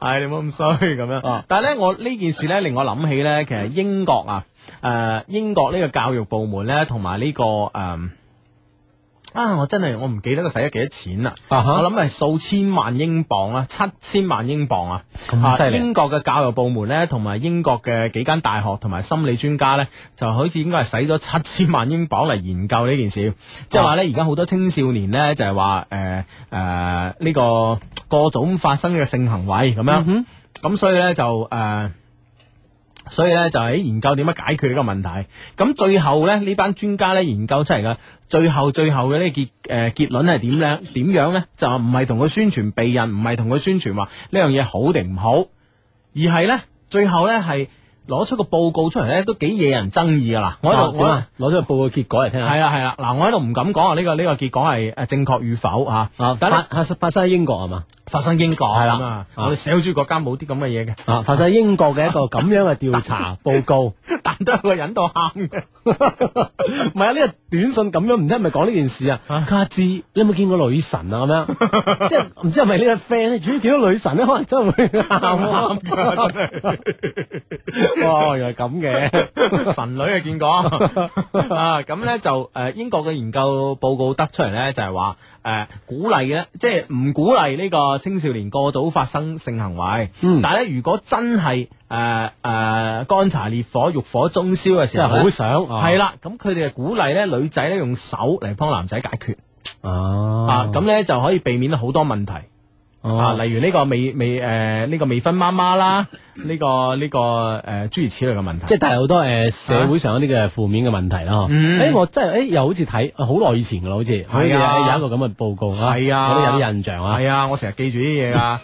係你冇咁衰咁樣啊。但係咧，我呢件事咧令我諗起咧，其實英國啊，誒英國呢個教育部門咧，同埋呢個誒。啊！我真係我唔記得佢使咗幾多錢啦啊哈我諗係數千萬英鎊啦，七千萬英鎊啊！咁犀啊利英國嘅教育部門咧，同埋英國嘅幾間大學同埋心理專家咧，就好似應該係使咗七千萬英鎊嚟研究呢件事，即係話哦咧，而家好多青少年咧就係話誒誒呢個過早咁發生嘅性行為咁嗯樣，咁、所以咧就誒。呃所以咧就喺研究點樣解決呢個問題。咁最後咧呢班專家咧研究出嚟嘅最後最後嘅呢個結誒、呃、結論係點咧？點樣咧？就唔係同佢宣傳避孕，唔係同佢宣傳話呢樣嘢好定唔好，而係咧最後咧係攞出個報告出嚟咧都幾惹人爭議噶啦。我喺度我喺點度啊攞咗個報告結果嚟聽下。係啦係啦，嗱我喺度唔敢講啊，呢個呢個結果係誒正確與否啊，啊，但係咧發發發生喺英國係嘛？發生英國係啦咁啊，啊我哋社會主義國家冇啲咁嘅嘢嘅，啊，發生喺英國嘅一個咁樣嘅 調查報告。但都有個人到喊 嘅，唔係啊，呢、個短信咁樣唔知係咪講呢件事啊？卡志，你有冇見過女神啊？咁 樣，即係唔知係咪呢個 friend 咧？如果見到女神咧，可能真係會喊啊！哇，哦原來咁 嘅，神女啊見過啊，咁咧就誒、呃英國嘅研究報告得出嚟咧，就係話誒鼓勵咧，即係唔鼓勵呢個青少年過早發生性行為，嗯但係咧如果真係誒誒乾柴烈火、欲火中燒嘅時真係候好咧。想啊！係啦，咁佢哋係鼓勵咧女仔咧用手嚟幫男仔解決。啊啊，，咁咧就可以避免好多問題啊，哦例如呢個未未誒呢個未婚媽媽啦，呢個呢個誒諸如此類嘅問題。即係但係好多誒社會上一啲嘅負面嘅問題啦，嗬。誒，我真係誒又好似睇好耐以前噶啦，好似好似有嗯啊一個咁嘅報告啊，係啊我都有啲印象啊。係啊，我成日記住啲嘢啊，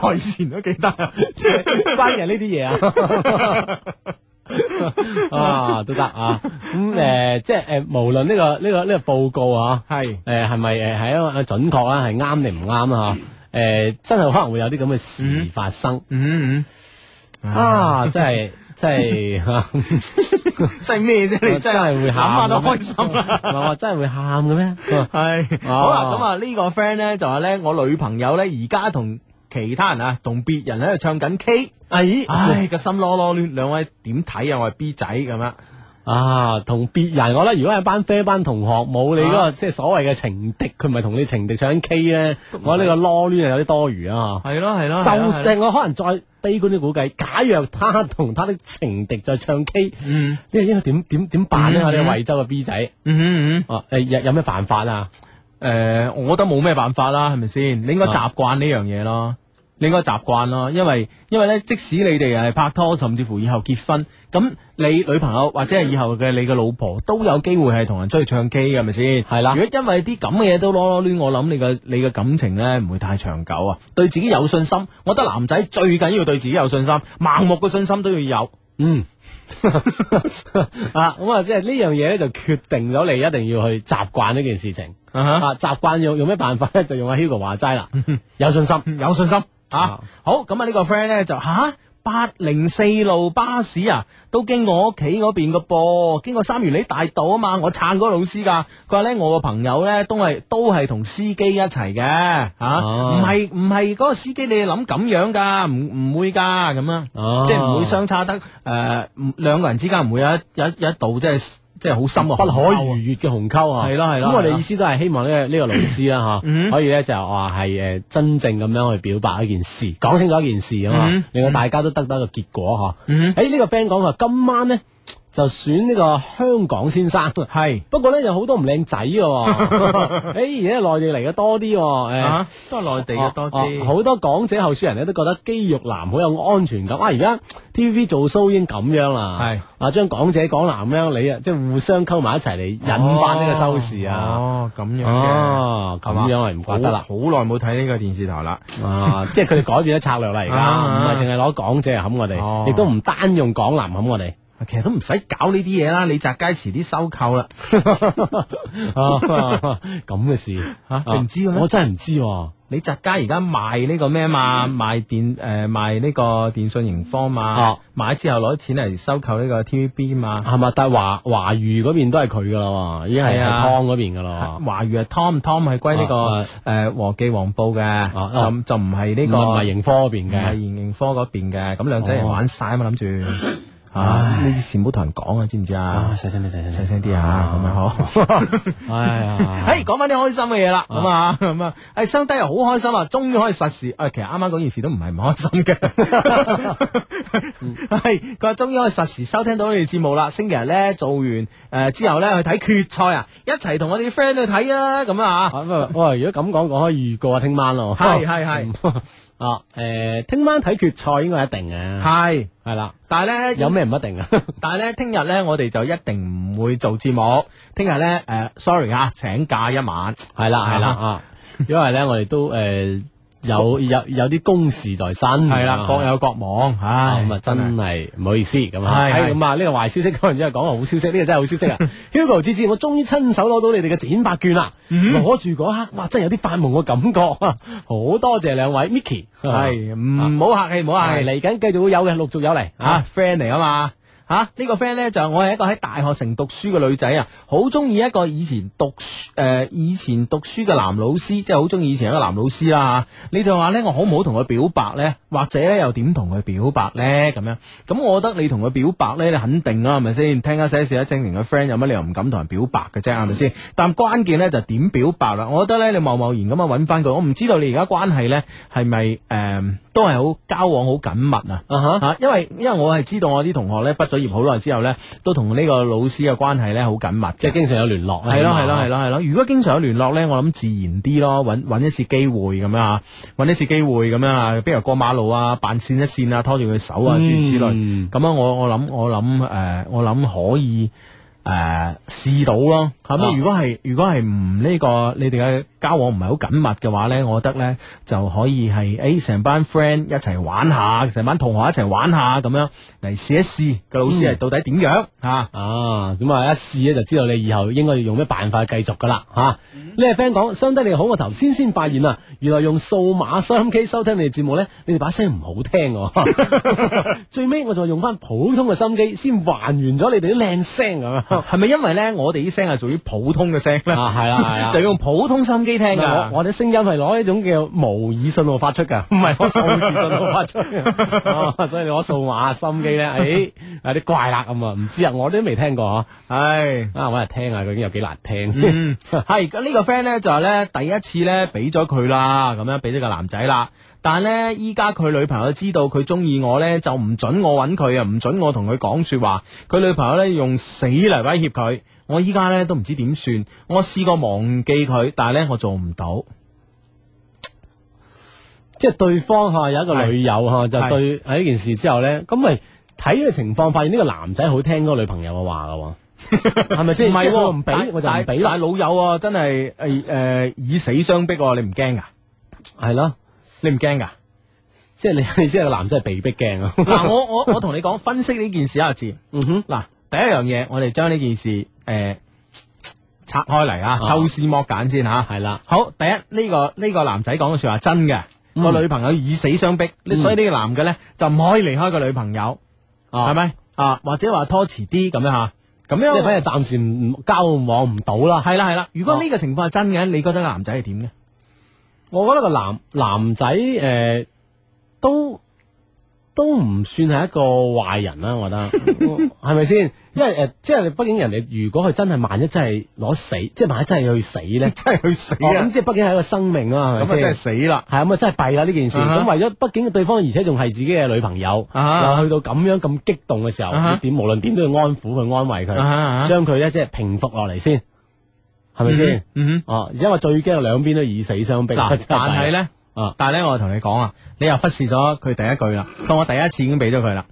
好耐以前都記得啊。 關鍵係呢啲 嘢啊， 啊都得啊，咁、誒、即係誒、無論呢、個呢、個呢、個報告啊， 係誒係咪誒係一個呃準確啊啦，係啱定唔啱啦嚇，誒、真係可能會有啲咁嘅事發生、嗯啊，真係真係， 嗯，即係咩啫？你真真係會係諗下喊都嘅咩開心啊啦。唔係話真係會喊嘅咩？系好啦，咁啊呢個 friend 咧就話咧，我女朋友咧而家同其他人啊，同別人喺度唱緊 K，阿姨、唉個心囉囉攣，兩位點睇啊？我係 B 仔咁樣。啊，同別人我覺得如果係班 friend 班同學冇你嗰、啊個即係所謂嘅情敵，佢唔係同你情敵唱 K 咧，我覺得呢個囉攣係有啲多餘啊。系咯系咯就定我可能再悲觀啲估計，假若他同他的情敵在唱 K，呢個應該點點點辦咧？嗯我哋惠州嘅 B 仔，嗯嗯哦，誒有有咩辦法啊？诶，誒呃我覺得冇咩辦法啦，係咪先？你應該習慣呢樣嘢啊咯，你應該習慣咯，因為因為咧，即使你哋係拍拖，甚至乎以後結婚，咁你女朋友或者係以後嘅你嘅老婆都有機會係同人出去唱 K 嘅，係咪先？係啦如果因為啲咁嘅嘢都攞攞攣，我諗你嘅你嘅感情咧唔會太長久啊。對自己有信心，我覺得男仔最緊要對自己有信心，盲目嘅信心都要有。嗯。啊，咁啊，即系呢样嘢咧，就决定咗你一定要去习惯呢件事情。啊哈啊，习惯用用咩办法咧？就用阿 Hugo 话斋啦，有信心。有信心啊啊！好，咁啊呢個 friend 咧就吓。八零四路巴士啊，都經我屋企嗰邊個噃，經過三元里大道啊嘛，我撐嗰個老師噶。佢話咧，我個朋友咧都係都係同司機一齊嘅吓，哦唔係唔係嗰個司機你哋諗咁樣噶，唔唔會噶咁啊，哦即係唔會相差得诶兩個人之間唔會有一有一有一度即係即係好深嘅不鴻可溝啊逾越嘅鴻溝啊！係咯係咯咁我係哋咯意思都係希望 呢呢個老師啦嗯吓，可以咧就話係誒真正咁樣去表白一件事，講清楚一件事啊嗯嘛，令到大家都得到一個結果嗯嗬。誒呢個 friend 講話今晚咧就選呢個香港先生。啊係不過咧有好多唔靚 仔嘅喎，誒而家內地嚟嘅多啲喎，誒啊，都係內地嘅多哦啲哦。好多港姐候選人咧都覺得肌肉男好有安全感。啊，而家 TVB 做 show 已經咁樣啦，係啊，將港姐港男咁樣你啊，即係互相溝埋一齊嚟引發呢個收視啊。哦，咁樣嘅，哦，咁係嘛樣係唔怪得啦好。好耐冇睇呢個電視台啦。啊，即係佢哋改變咗策略啦，啊而家唔係淨係攞港姐嚟冚我哦哋，亦都唔單用港男冚我哋。其實都唔使搞呢啲嘢啦，李澤楷遲啲收購啦。啊 咁嘅事哦啊嚇你唔知嘅咩我真係唔知喎。李澤楷而家賣呢個咩嘛？嗯賣電誒、呃、賣呢個電信盈科嘛哦，買之後攞錢嚟收購呢個 TVB 嘛。係嘛？但係華華語嗰邊都係佢噶啦喎，已經係係係啊湯嗰邊噶啦喎。華語係 Tom Tom 係歸呢、啊個誒和記黃埔嘅，哦哦就就唔係呢呢個個唔係盈科嗰邊唔係嘅，盈盈科嗰邊嘅。咁兩仔人哦玩晒啊嘛，諗住啊呢啲事唔好同人講啊，知唔知啊？哦細聲啲，細細聲啲啊，咁咪好。 哎呀，诶，講翻啲開心嘅嘢啦，咁啊，咁啊，诶，雙低又好開心啊，終於可以實時，诶，其實啱啱嗰件事都唔係唔開心嘅，嗯 係佢話終於可以實時收聽到你哋節目啦。星期日咧做完诶之後咧去睇決賽啊，一齊同我哋啲 friend 去睇啊，咁啊啊喂喂，如果咁講，講開預告啊，聽晚咯，係係係係 啊，誒，聽晚睇決賽應該係一定嘅，係，係啦，但係咧有咩唔一定啊？ 但係咧，聽日咧，我哋就一定唔會做節目。聽日咧，誒、s o r r y 啊，請假一晚。係啦係啦啊啊，因為咧我哋都誒有有有啲公事在身，係啦，各有各忙，啊唉，咁啊，真係唔好意思咁啊，係係係咁啊，呢個壞消息講完之後講個好消息，呢個真係好消息啊！Hugo 芝芝，我終於親手攞到你哋嘅剪髮券啦，攞住嗰刻，哇，真係有啲發夢嘅感覺啊！ 好多謝兩位 Micky，係唔好客氣，唔好客係氣。嚟緊繼續會有嘅，陸續有嚟啊啊！ friend 嚟啊嘛。吓、呢、個 friend 咧就我係一個喺大學城讀書嘅女仔啊，好中意一個以前讀誒、呃以前讀書嘅男老師，即係好中意以前一個男老師啊啦嚇。你哋話咧，我好唔好同佢表白咧？或者咧又點同佢表白咧？咁樣咁，我覺得你同佢表白咧，你肯定啊啦，係咪先？聽下寫寫一精明嘅 friend 有乜理由唔敢同人表白嘅啫？係咪先？但關鍵咧就點表白啦？我覺得咧，你貿貿然咁啊揾翻佢，我唔知道你而家關係咧係咪誒都係好交往好緊密啊？啊哈吓，因為因為我係知道我啲同學咧畢咗業好耐之後咧，都同呢個老師嘅關係咧好緊密嘅，即係經常有聯絡啊係咯起碼係咯係咯係咯。如果經常有聯絡咧，我諗自然啲咯，揾揾一次機會咁樣啊，揾一次機會咁樣啊，比如過馬路啊，扮線一線啊，拖住佢手啊，諸如此類。嗯咁啊，我我諗我諗誒，我諗可以。誒試到咯，係咪？啊如果係如果係唔呢個你哋嘅交往唔係好緊密嘅話咧，我覺得咧就可以係誒成班 friend 一齊玩下，成班同學一齊玩下咁樣嚟試一試個老師係到底點樣啊？嗯啊，咁啊一試咧就知道你以後應該要用咩辦法繼續噶啦嚇。呢個 friend 講，相得你好，我頭先先發現啊，原來用數碼收音機收聽你哋節目咧，你哋把聲唔好聽喎。 最尾我就用翻普通嘅收音機先還原咗你哋啲靚聲咁樣。啊，係咪因為咧我哋啲聲係屬於普通嘅聲咧？係啦係啦， 就用普通心機聽我噶。我啲聲音係攞一種叫模擬信號發出 㗎，唔係攞數字信號發出嘅哦啊所以你攞數碼收音機 咧，哎誒有啲怪啦咁啊，唔知啊，我都未聽過啊。唉，啊，揾嚟聽下究竟有幾難聽先。嗯， 係咁呢個 friend 咧就係咧第一次咧俾咗佢啦，咁樣俾咗個男仔啦。但咧，依家佢女朋友知道佢中意我咧，就唔准我揾佢啊，唔准我同佢講说話。佢女朋友咧用死嚟威脅佢。我依家咧都唔知點算。我試過忘記佢，但係咧我做唔到。即係對方嚇有一個女友嚇，就係對喺呢件事之後咧，咁咪睇呢個情況，發現呢個男仔好聽嗰個女朋友嘅話嘅喎， 係咪先？唔係即係喎，我唔俾但我就唔俾啦但，係老友啊，真係呃啊誒誒以死相逼喎，你唔驚噶？係咯。你唔驚噶？啊即係你你知係個男仔係被逼驚啊。嗱，我我我同你講分析呢件事啊，阿志。嗯哼，嗱，第一樣嘢，我哋將呢件事呃诶、拆開嚟啊，啊抽絲剝繭先吓。係啦，好，第一呢、個呢、個男仔講嘅说話真嘅，嗯個女朋友以死相逼，所以呢個男嘅咧就唔可以離開個女朋友，係咪啊？或者話拖遲啲咁樣吓，咁即係樣反正暫時唔唔交往唔到啦。啊係啦係啦。如果呢個情況係真嘅，你覺得個男仔係點嘅？，我覺得個男男仔誒、呃都都唔算係一個壞人啦，我覺得係咪先？因為誒、呃即係畢竟人哋如果佢真係萬一真係攞死，即係萬一真係去死咧真係去死哦咁、！即係畢竟係一個生命啊，係咪咁啊先？真係死啦！係咁啊，真係弊啦呢件事。咁、啊哈為咗畢竟對方而且仲係自己嘅女朋友，啊哈又去到咁樣咁激動嘅時候，啊哈你點無論點都要安撫佢、安慰佢，啊哈啊哈將佢咧即係平復落嚟先，係咪先？嗯哦，因為最驚兩邊都以死相逼。哼，嗱 真，係但弊啦係咧，啊但係咧，我同你講啊，你又忽視咗佢第一句啦。當我第一次已經俾咗佢啦。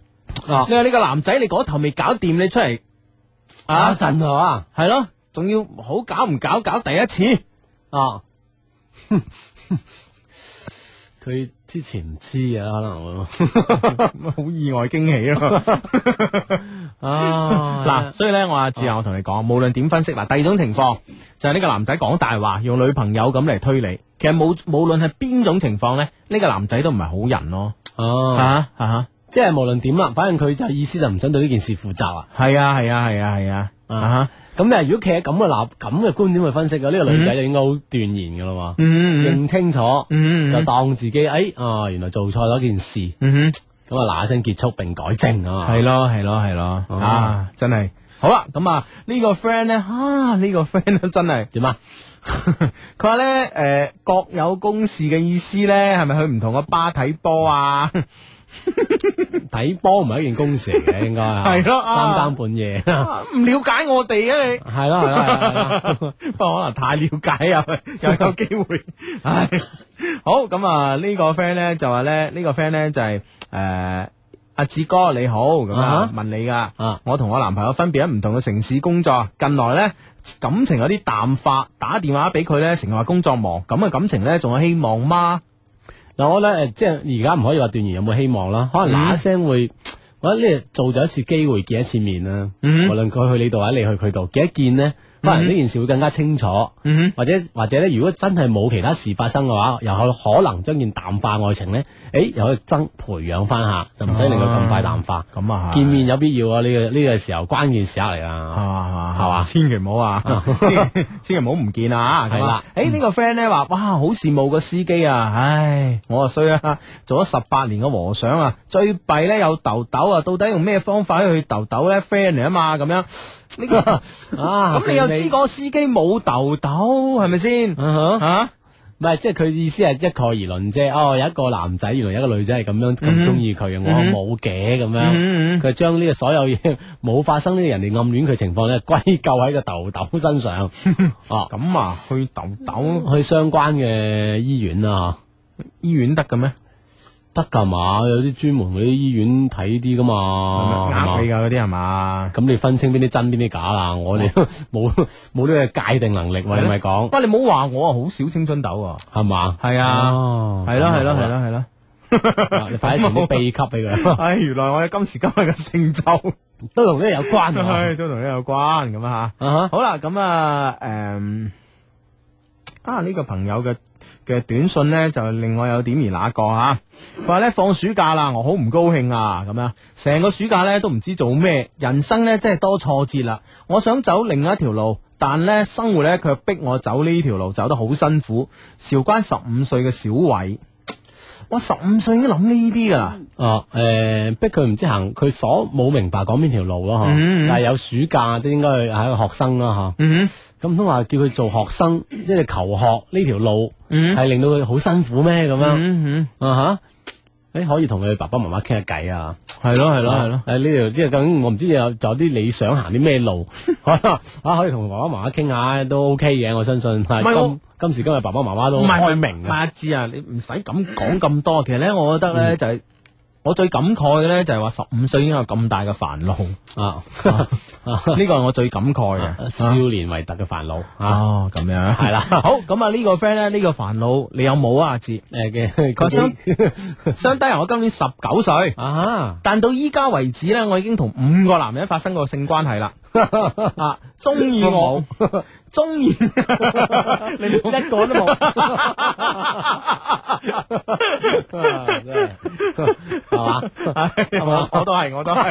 啊你話呢個男仔，你嗰頭未搞掂，你出嚟啊啊，陣啊係咯，仲要好搞唔搞搞第一次，啊！ 佢之前唔知啊，可 能會好意外驚喜咯。啊嗱，所以咧，我阿志啊，我同你講，無論點分析，嗱，第二種情況就係呢個男仔講大話，用女朋友咁嚟推理。其實冇無論係邊種情況咧，呢個男仔都唔係好人咯。哦，啊啊！即係無論點啦，反正佢就意思就唔想對呢件事負責啊。系啊系啊系啊系啊啊！咁你係如果企喺咁嘅立咁嘅觀點去分析嘅，呢個女仔就應該好斷言噶啦嘛，嗯認清楚嗯嗯就當自己誒啊，原來做錯咗件事，咁嗯啊嗱一聲結束並改正啊哼，嘛。系咯系咯系咯哦啊！真系好啦，咁啊呢個 friend 咧啊呢個 friend 咧真係點啊？ 佢話咧诶各有公事嘅意思咧，係咪去唔同嘅巴睇波啊？睇波唔係一件公事嚟嘅，應該係係咯啊三更半夜 唔了解我哋啊你，係咯係咯係咯。不哦過可能太了解啊， 又有機會。 唉，好咁啊！呢個 friend 咧就話咧，呢個 friend 咧就係誒阿志哥你好咁啊啊哈，問你噶啊。我同我男朋友分別喺唔同嘅城市工作，近來咧感情有啲淡化，打電話俾佢咧成日話工作忙，咁嘅感情咧仲有希望嗎？嗱，我咧誒，即係而家唔可以話斷言有冇希望啦，可嗯能嗱一聲會，我覺得呢做咗一次機會見一次面啦，嗯無論佢去你度或者你去佢度，見一見呢，可能呢件事會更加清楚，嗯或者或者咧，如果真係冇其他事發生嘅話，又可可能將件淡化愛情呢，誒又可以增培養翻下，就唔使令佢咁快淡化。咁啊見面有必要啊！呢、個呢、個時候關鍵時刻嚟係啊！嘛係嘛千祈唔好啊，千祈千祈唔好唔見 啊！係啦誒呢個 friend 咧話：哇，好羨慕個司機啊！唉，我啊衰啊，做咗十八年嘅和尚啊，最弊咧有痘痘啊，到底用咩方法去痘痘咧？friend 嚟啊嘛，咁樣 呢個啊咁你又知嗰個司機冇痘痘係咪先？嗯哼啊，唔係，即係佢意思係一概而論啫。哦，有一個男仔，原來有一個女仔係咁樣咁中意佢嘅，我冇嘅咁樣。佢將呢個所有嘢冇發生呢個人哋暗戀佢情況咧，歸咎喺個豆豆 身上。哦，咁啊，去痘痘去相關嘅醫院啦，醫院得嘅咩？嚇得㗎嘛？有啲專門嗰啲醫院睇啲㗎嘛，係呃你㗎嗰嘛？啲係嘛？咁你分清邊啲真邊啲假啦？我哋 冇冇呢個界定能力喎，你咪講哇！你唔好話我啊，好少青春痘啊！係嘛？係啊哦係咯係咯係咯，係咯。咁啊你快啲傳啲秘笈俾 佢，唉，原來我哋今時今日嘅成就。都同呢個有關 喎唉，都同你有關咁啊啊哈吓。好啦，咁啊，诶、啊呢、個朋友嘅嘅短信呢，就令我有點而那個吓。佢話呢，放暑假啦，我好唔高興啊，咁樣成個暑假呢，都唔知做咩，人生呢，真係多挫折啦。我想走另一條路。但呢，生活呢，卻逼我走呢條路，走得好辛苦。韶關十五歲嘅小偉，我十五歲已經諗呢啲噶啦，哦，诶、逼佢唔知行佢所冇明白講邊條路咯，嗬、但係有暑假即係應該係一個學生啦，嗬、嗯咁唔通話叫佢做學生，即係求學呢條路，係令到佢好辛苦咩？咁樣嗯啊吓？誒可以同佢爸爸媽媽傾下偈啊！哼，係咯係係咯係咯。。誒呢條即係究竟我唔知有仲有啲你想行啲咩路， 啊可以同爸爸媽媽傾下都 OK 嘅，我相信。唔係我今今時今日爸爸媽媽都唔係啊開明嘅。啊嗯八字啊，你唔使咁講咁多。其實咧，我覺得咧就係我最感慨嘅咧就係話十五歲已經有咁大嘅煩惱，呢啊， 個係我最感慨嘅。少年維特嘅煩惱啊，哦，咁樣係啦。好，咁啊呢個 friend 咧呢個煩惱你有冇啊？阿志，誒嘅佢話相相低人，我今年十九歲。啊哈，但到依家為止呢，我已經同五個男人發生過性關 係啦。啊，中意我，中 意你冇一個都冇，係 嘛？我都係，我都係。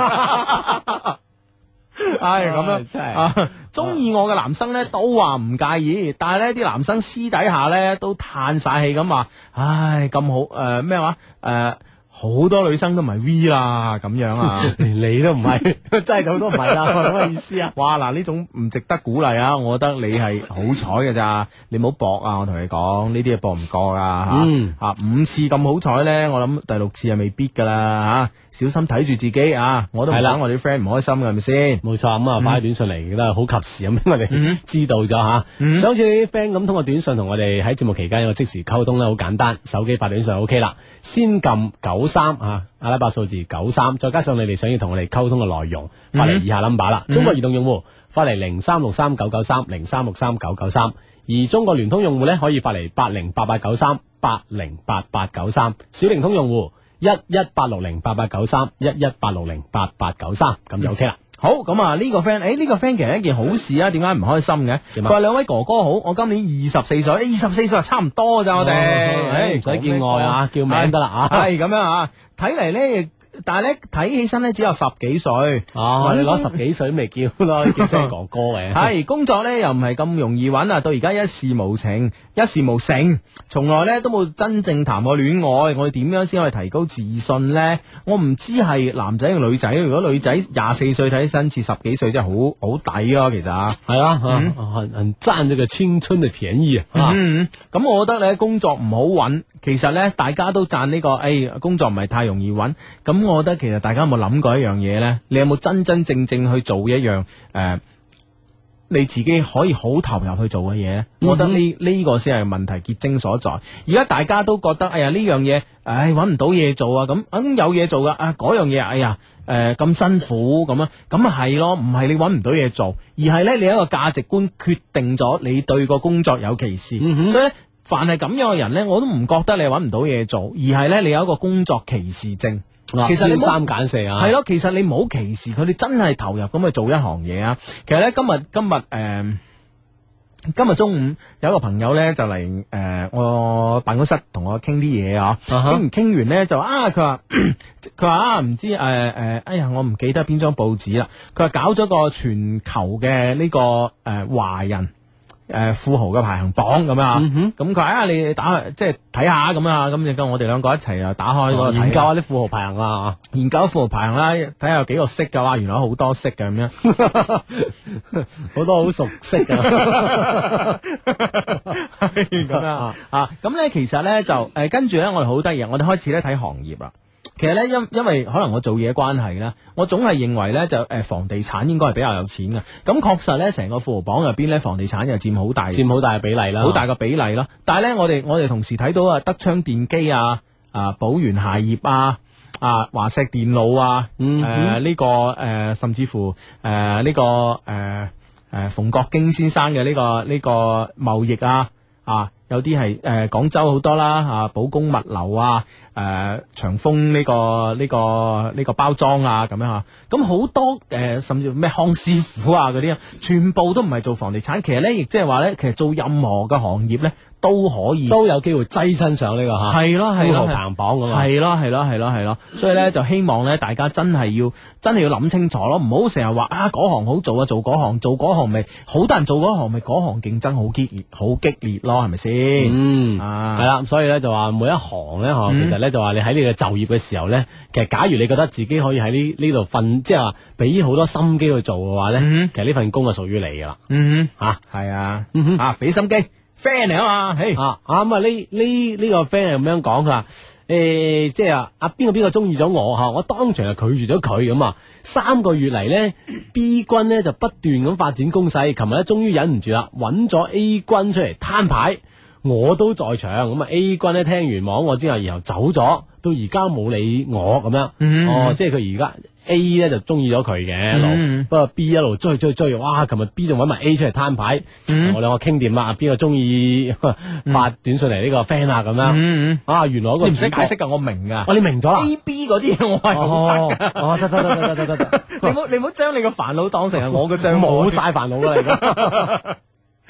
唉，咁唉樣真係啊中意我嘅男生呢都話唔介意，但係呢啲男生私底下呢都嘆晒氣咁話，唉，咁好誒咩話誒，好多女生都唔係 V 啦，咁樣啊。連 你都 唔係，真係咁都唔係 啦，係咪意思啊？哇！嗱，呢種唔值得鼓勵啊！我覺得你係好彩嘅咋，你唔好搏啊！我同你講，呢啲嘢搏唔過啊！嚇、嗯啊五次咁好彩咧，我諗第六次係未必噶啦嚇，小心睇住自己啊！我都唔係啦想我哋啲 friend 唔開心嘅，係咪先？冇錯，咁啊發啲短信嚟啦，好及時咁，我哋知道咗吓。想好似你啲 friend 咁，通過短信同我哋喺節目期間有個即時溝通咧，好簡單，手機發短信就 OK 啦。先撳九三啊，阿拉伯數字九三，再加上你哋想要同我哋溝通嘅內容，發嚟以下 number 啦。中國移動用戶發嚟零三六三九九三零三六三九九三，而中國聯通用戶咧可以發嚟八零八八九三八零八八九三，小靈通用戶一一八六零八八九三一一八六零八八九三，咁就 OK 啦。好咁啊！呢個 friend，誒呢個 friend 其實一件好事啊，點解唔開心嘅？佢啊話兩位哥哥好，我今年二十四歲，二十四歲差唔多咋我哋，哦誒唔使講咩見外啊講叫名得啦啊係咁樣啊！睇嚟咧，但係咧睇起身咧只有十幾歲，哦，你攞揾工十幾歲都未叫咯，叫聲哥哥嘅。系工作呢又唔係咁容易揾啊，到而家一事無情，一事無成，從來呢都冇真正談過戀愛。我哋點樣先可以提高自信呢？我唔知係男仔定女仔。如果女仔廿四歲睇起身似十幾歲，真係好好抵咯，其實啊。係啊，啊很很占這個青春的便宜啊。嗯，咁我覺得咧工作唔好揾，其實咧大家都讚呢、個，誒、工作唔係太容易揾。咁我覺得其實大家有冇諗過一樣嘢咧？你有冇真真正正去做一樣誒、呃你自己可以好投入去做嘅嘢咧？我覺得呢呢、個先係問題結晶所在。而家大家都覺得哎呀呢樣嘢，唉揾唔到嘢做啊，咁咁有嘢做噶啊嗰樣嘢，哎呀。誒咁、辛苦咁啊，咁啊係咯，唔係你揾唔到嘢做，而係咧你有一個價值觀決定咗你對個工作有歧視，嗯所以咧凡係咁樣嘅人咧，我都唔覺得你揾唔到嘢做，而係咧你有一個工作歧視症。啊其實你挑冇三揀四啊，係咯，其實你唔好歧視佢，你真係投入咁去做一行嘢啊！其實咧，今日今日誒。今日中午有一個朋友咧就嚟誒、呃我辦公室同我傾啲嘢啊，啊傾哈完傾完咧就啊佢話 佢話啊唔知誒誒、呃哎呀我唔記得邊張報紙啦，佢話搞咗個全球嘅呢、個誒、呃、華人。誒、呃富豪嘅排行榜咁嗯啊，咁佢話啊，你打去即係睇下咁啊，咁就我哋兩個一齊又打開嗰個啊睇啊研究下啲富豪排行啊。研究富豪排行啦，睇下有幾個色嘅哇，原來有好多色嘅咁樣，好多好熟悉啊嘅， 咁樣啊！咁咧其實咧就誒跟住咧，我哋好得意啊，我哋開始咧睇行業啦。啊其實咧，因因為可能我做嘢關係啦，我總係認為咧就誒房地產應該係比較有錢嘅。咁確實咧，成個富豪榜入邊咧，房地產又佔好大佔好大嘅比例啦，好大嘅比例啦。但係咧，我哋我哋同時睇到啊，德昌電機啊，啊寶源鞋業啊。啊，華碩電腦啊，誒嗯呢、個誒、甚至乎誒呢、個誒誒馮國經先生嘅呢、個呢、個貿易啊，啊有啲係誒廣州好多啦，啊寶工物流啊，誒、長豐呢、個呢、個呢、個包裝啊咁樣啊，咁好多誒、甚至咩康師傅啊嗰啲啊，全部都唔係做房地產，其實咧亦即係話咧，其實做任何嘅行業咧都可以。都有機會躋身上呢個吓係咯係富豪咯排行榜咁啊。係咯係咯係咯係咯，所以咧就希望咧大家真係要真係要諗清楚咯，唔好成日話啊嗰行好做啊，做嗰行做嗰行咪好多人做嗰行咪嗰行競爭好激烈好激烈咯，係咪先？嗯，啊嗯係啦，所以咧就話每一行咧，嗬，其實咧就話你喺你嘅就業嘅時候咧，其實假如你覺得自己可以喺呢呢度瞓，即係話俾好多心機去做嘅話咧，其實呢份工就屬於你噶啦，嗯吓。哼，係啊，啊俾心機 friend 嚟啊嘛，嘿，啊啊咁啊！呢呢呢個 friend 係咁樣講，佢話誒，即係啊，阿邊個邊個中意咗我嚇，我當場就拒絕咗佢咁啊。三個月嚟 呢 b 君呢就不斷咁發展攻勢，琴日咧終於忍唔住啦，揾咗 A 君出嚟攤牌。我都在場。咁啊 A 君咧聽完網我之後，然後走咗，到而家冇理我咁樣。嗯哦，即係佢而家 A 咧就中意咗佢嘅一路，嗯不過 B 一路追追追，哇！琴日 B 仲揾埋 A 出嚟攤牌，嗯我兩個傾掂啦，邊個中意發短信嚟呢個 friend 啊咁樣。嗯，啊，原來嗰個你唔使主角解釋，噶，我明噶哦，。你明咗啦。 A B 嗰啲嘢我係好哦得噶，，哦得得得得得得得得。 你唔好你唔好將你嘅煩惱當成係我嘅障礙。冇晒煩惱啦，而家。哦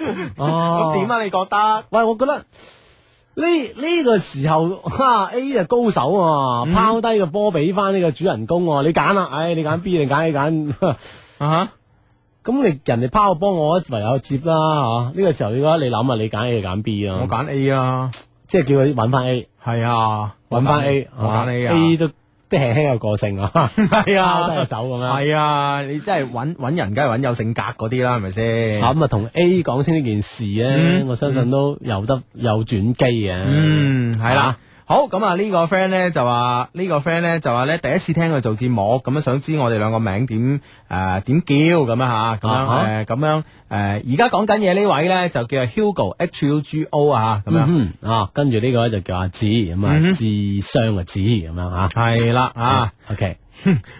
咁點？啊？你覺得？喂，我覺得呢呢、個時候，哈 A 就高手喎、嗯拋低個波俾翻呢個主人公喎、你揀啦，唉、你揀 B 定揀 A 揀？啊咁你人哋拋個波，我唯有接啦嚇。呢、個時候你覺得你諗啊，你揀 A 定揀 B 哈，我啊？揀 A 啊，即係叫佢揾翻 A，係啊，揾翻 A，我揀 A 啊，A 都都輕輕有個性 啊，係拋低就 啊，走咁樣。係啊，你真係揾揾人，梗係揾有性格嗰啲啦，係咪先？咁啊，同 A 講清呢件事咧，嗯我相信都有得有轉機嘅。嗯，系啦啊。好咁啊！呢個 friend 咧就話，呢個 friend 咧就話咧，第一次聽佢做節目，咁樣想知我哋兩個名點誒點叫咁樣吓，咁啊哈樣誒咁樣誒，而家講緊嘢呢位咧就叫 Hugo H U G O 啊，咁樣嗯哼啊，跟住呢個咧就叫阿志咁嗯哼啊，智商嘅智咁樣啊係啦啊。 ，OK，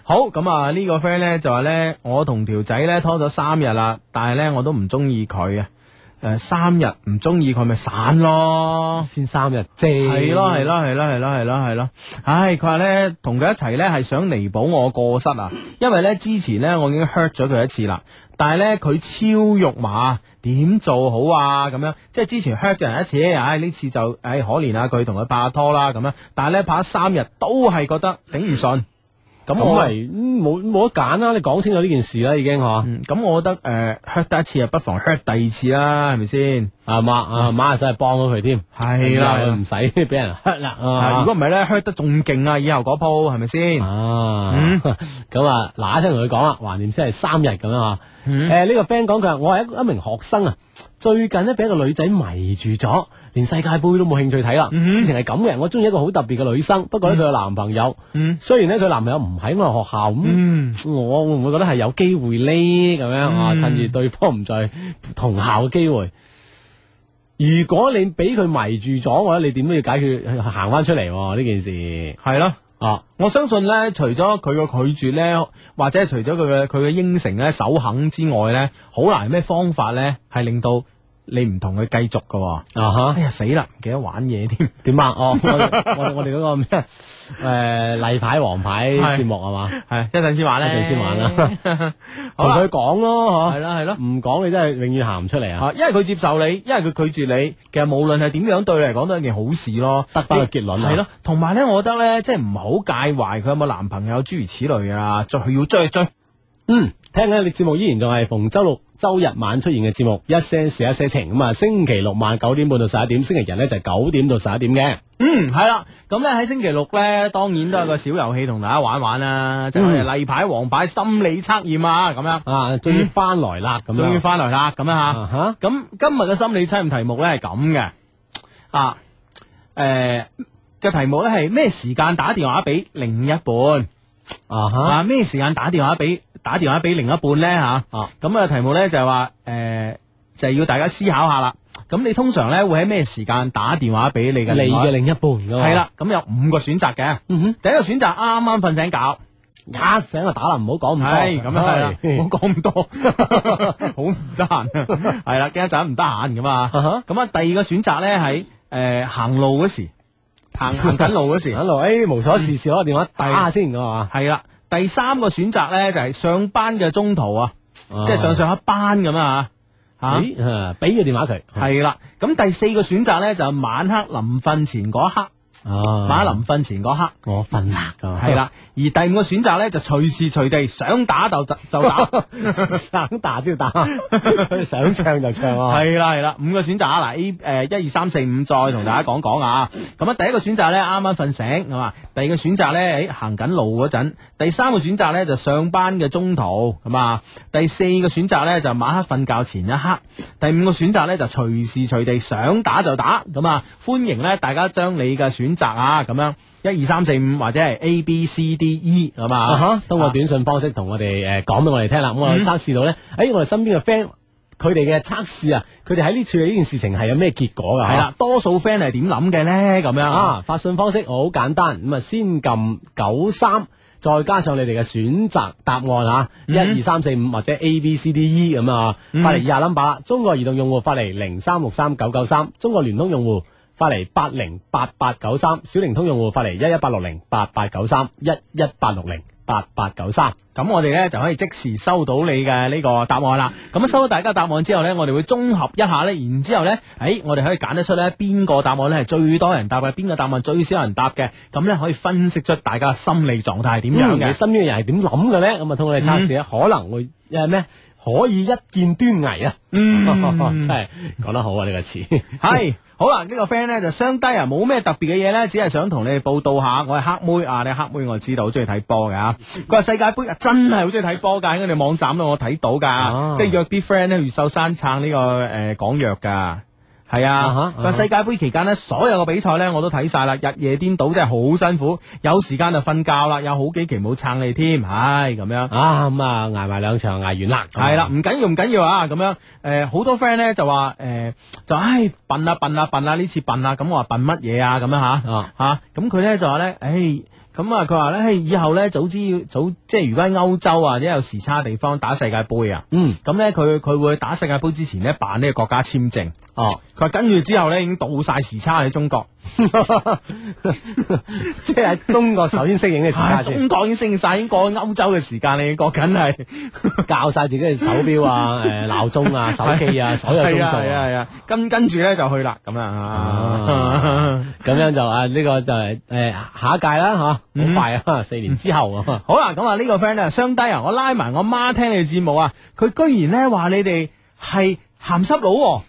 好咁啊！呢個 friend 咧就話咧，我同條仔咧拖咗三日啦，但係咧我都唔中意佢啊。誒三日唔中意佢咪散咯。先三日啫，系咯系咯系咯系咯系咯系咯，唉！佢話咧同佢一齊咧係想彌補我過失啊，因為咧之前咧我已經 hurt 咗佢一次啦，但係咧佢超肉麻，點做好啊？咁樣即係之前 hurt 咗人一次，唉呢次就唉可憐下佢同佢拍下拖啦咁樣，但係咧拍咗三日都係覺得頂唔順，咁啊咁我咪嗯冇冇得揀啦，你講清楚呢件事啦，已經嗬，嗯咁我覺得诶 hurt 得一次啊，不妨 hurt 第二次啦，係咪先？啊馬啊馬下手係幫咗佢添，係啦咁又唔使俾人黑啦，啊啊如果唔係咧 hurt 得仲勁啊，以後嗰鋪係咪先？啊，咁啊，嗱一聲同佢講啦，懷念先係三日咁樣啊。誒呢個 friend 講佢話，我係一一名學生啊，最近呢，俾一個女仔迷住咗，連世界盃都冇興趣睇啦。之前係咁嘅，我中意一個好特別嘅女生，不過呢，佢有男朋友，雖然呢，佢男朋友唔喺我學校咁，我會唔會覺得係有機會呢？咁樣啊，趁住對方唔在同校嘅機會。如果你俾佢迷住咗，我覺得你點都要解決行翻出嚟喎呢件事係咯。啊！我相信咧，除咗佢嘅拒絕咧，或者係除咗佢嘅佢嘅應承咧、首肯之外咧，好難有咩方法咧係令到你唔同佢繼續嘅喎。啊哈哎！呀死啦，唔記得玩嘢添。點啊？哦，我我我哋嗰個咩 诶例牌王牌節目係嘛？係 一陣先玩一咧，陣先玩啦。好 同啦佢講咯，係嗬。啦係啦，唔講你真係永遠行唔出嚟啊！啊，因為佢接受你，因為佢拒絕你，其實無論係點樣對你嚟講都係一件好事咯。得翻個結論啊係咯，同埋咧，我覺得咧，即係唔好介懷佢有冇男朋友諸如此類啊，追要追就追。嗯，聽緊你節目依然仲係逢周六、周日晚出現嘅節目，一些事一些情咁啊。星期六晚九點半到十一點，星期日咧就九點到十一點嘅。嗯，系啦，咁咧喺星期六咧，當然都有個小遊戲同大家玩玩啦，即係我哋例牌、黃牌心理測驗啊，咁樣，啊，終於翻來啦，咁終於樣翻嚟啦，咁樣啊吓。吓咁今日嘅心理測驗題目咧係咁嘅，啊，诶、嘅題目咧係咩時間打電話俾另一半啊吓啊？咩時間打電話俾打電話俾另一半咧吓？啊！咁啊，題目咧就係話诶，呃就係要大家思考下啦。咁你通常咧會喺咩時間打電話俾你啊嗯你嘅另外嘅另一半㗎嘛系，啦，咁有五個選擇嘅。第一個選擇啱啱瞓醒覺，一醒就打啦，唔好講咁多。係咁啊，係啦，唔好係講咁多， 好唔得閒啊。係啦，驚一陣唔得閒咁啊。啊哈咁啊，第二個選擇咧喺诶行路嗰時，行行緊路嗰時一，路誒無所事事攞個電話打下先㗎嘛。係啦。第三個選擇咧就係上班嘅中途啊，即係上上一班咁啊吓。咦啊，俾個電話佢，系啦，咁第四個選擇咧就係晚黑臨瞓前嗰一刻，啊晚黑臨瞓前嗰一刻。我瞓啦，系， 啊啦，而第五個選擇咧就隨時隨地想打就就就 打，哦想打就打， 想唱就唱啊，係啦係啦，五個選擇啊，嗱 A 诶一二三四五再同大家講講啊，咁啊第一個選擇咧啱啱瞓醒係嘛，第二個選擇咧喺行緊路嗰陣，第三個選擇咧就上班嘅中途咁啊，第四個選擇咧就晚黑瞓覺前一刻，第五個選擇咧就隨時隨地想打就打，咁啊歡迎咧大家將你嘅選擇啊咁樣一二三四五或者係 A B C D E 咁啊啊呃嗯哎哈，，通過短信方式同我哋誒講俾我哋聽啦，咁我哋測試到咧，誒我哋身邊嘅 friend。佢哋嘅測試啊，佢哋喺呢處理呢件事情係有咩結果㗎？系啦，多數 friend 係點諗嘅咧？咁樣啊，發信方式好簡單，咁啊先撳九三。再加上你哋嘅選擇答案啊，一二三四五或者 A B C D E 咁啊，發嚟以下 number 啦。中國移動用戶發嚟零三六三九九三，中國聯通用戶發嚟八零八八九三，小靈通用戶發嚟一一八六零八八九三一一八六零八八九三。咁我哋呢就可以即時收到你嘅呢個答案啦。咁收到大家答案之後呢，我哋會綜合一下呢，然之後呢，誒、哎我哋可以揀得出呢邊個答案呢係最多人答嘅，邊個答案最少人答嘅，咁呢可以分析出大家嘅心理狀態係點樣嗯嘅。你身邊嘅人係點諗嘅咧？咁啊，通過你測試咧，可能會呃誒咩？可以一見端倪啊！嗯 真係講得好啊！呢個 詞。系好啦，呢、個 friend 咧就相低啊，冇咩特別嘅嘢咧，只係想同你哋報道下，我係黑妹啊，你黑妹我知道，好中意睇波㗎。啊佢話世界盃啊，真係好中意睇波㗎，喺我哋網站度我睇到㗎，啊即係約啲 friend 咧越秀山撐呢、個个诶港藥㗎。係啊哈啊，啊佢哈話世界盃期間呢，所有嘅比賽呢我都睇晒啦，日夜顛倒真係好辛苦，有時間就瞓覺啦，有好幾期冇撐你添，唉咁樣。啊咁啊，挨埋兩場挨完啦，啊系啦，，唔緊要唔緊要啊，咁樣诶，呃好、多 friend 咧就話诶、呃就唉笨啦笨啊啦笨啦，呢次笨啦，咁我話笨乜嘢啊，咁樣啊吓吓，咁佢咧就話咧，唉。咁啊，佢話咧，唉以後咧，早知要早，即係如果喺歐洲啊，或者有時差地方打世界盃啊，嗯，咁咧佢佢會打世界盃之前咧辦呢個國家 簽證，哦，佢話跟住之後咧已經到晒時差喺中國，即係喺中國首先適應嘅時唉間先，中國已經升晒，已經過咗歐洲嘅時間，你已經過緊係。啊 教晒自己嘅手錶 啊、誒鬧鐘啊、手機啊，所有鐘數係啊啊，係啊，跟跟住咧就去啦，咁啊啊。 咁樣就啊呢個就係誒下一屆啦嚇，嗯好快啊，四年之後啊，好啦，咁啊呢個 friend 咧，相低啊，我拉埋我媽聽你哋節目啊，佢居然咧話你哋係鹹濕佬喎，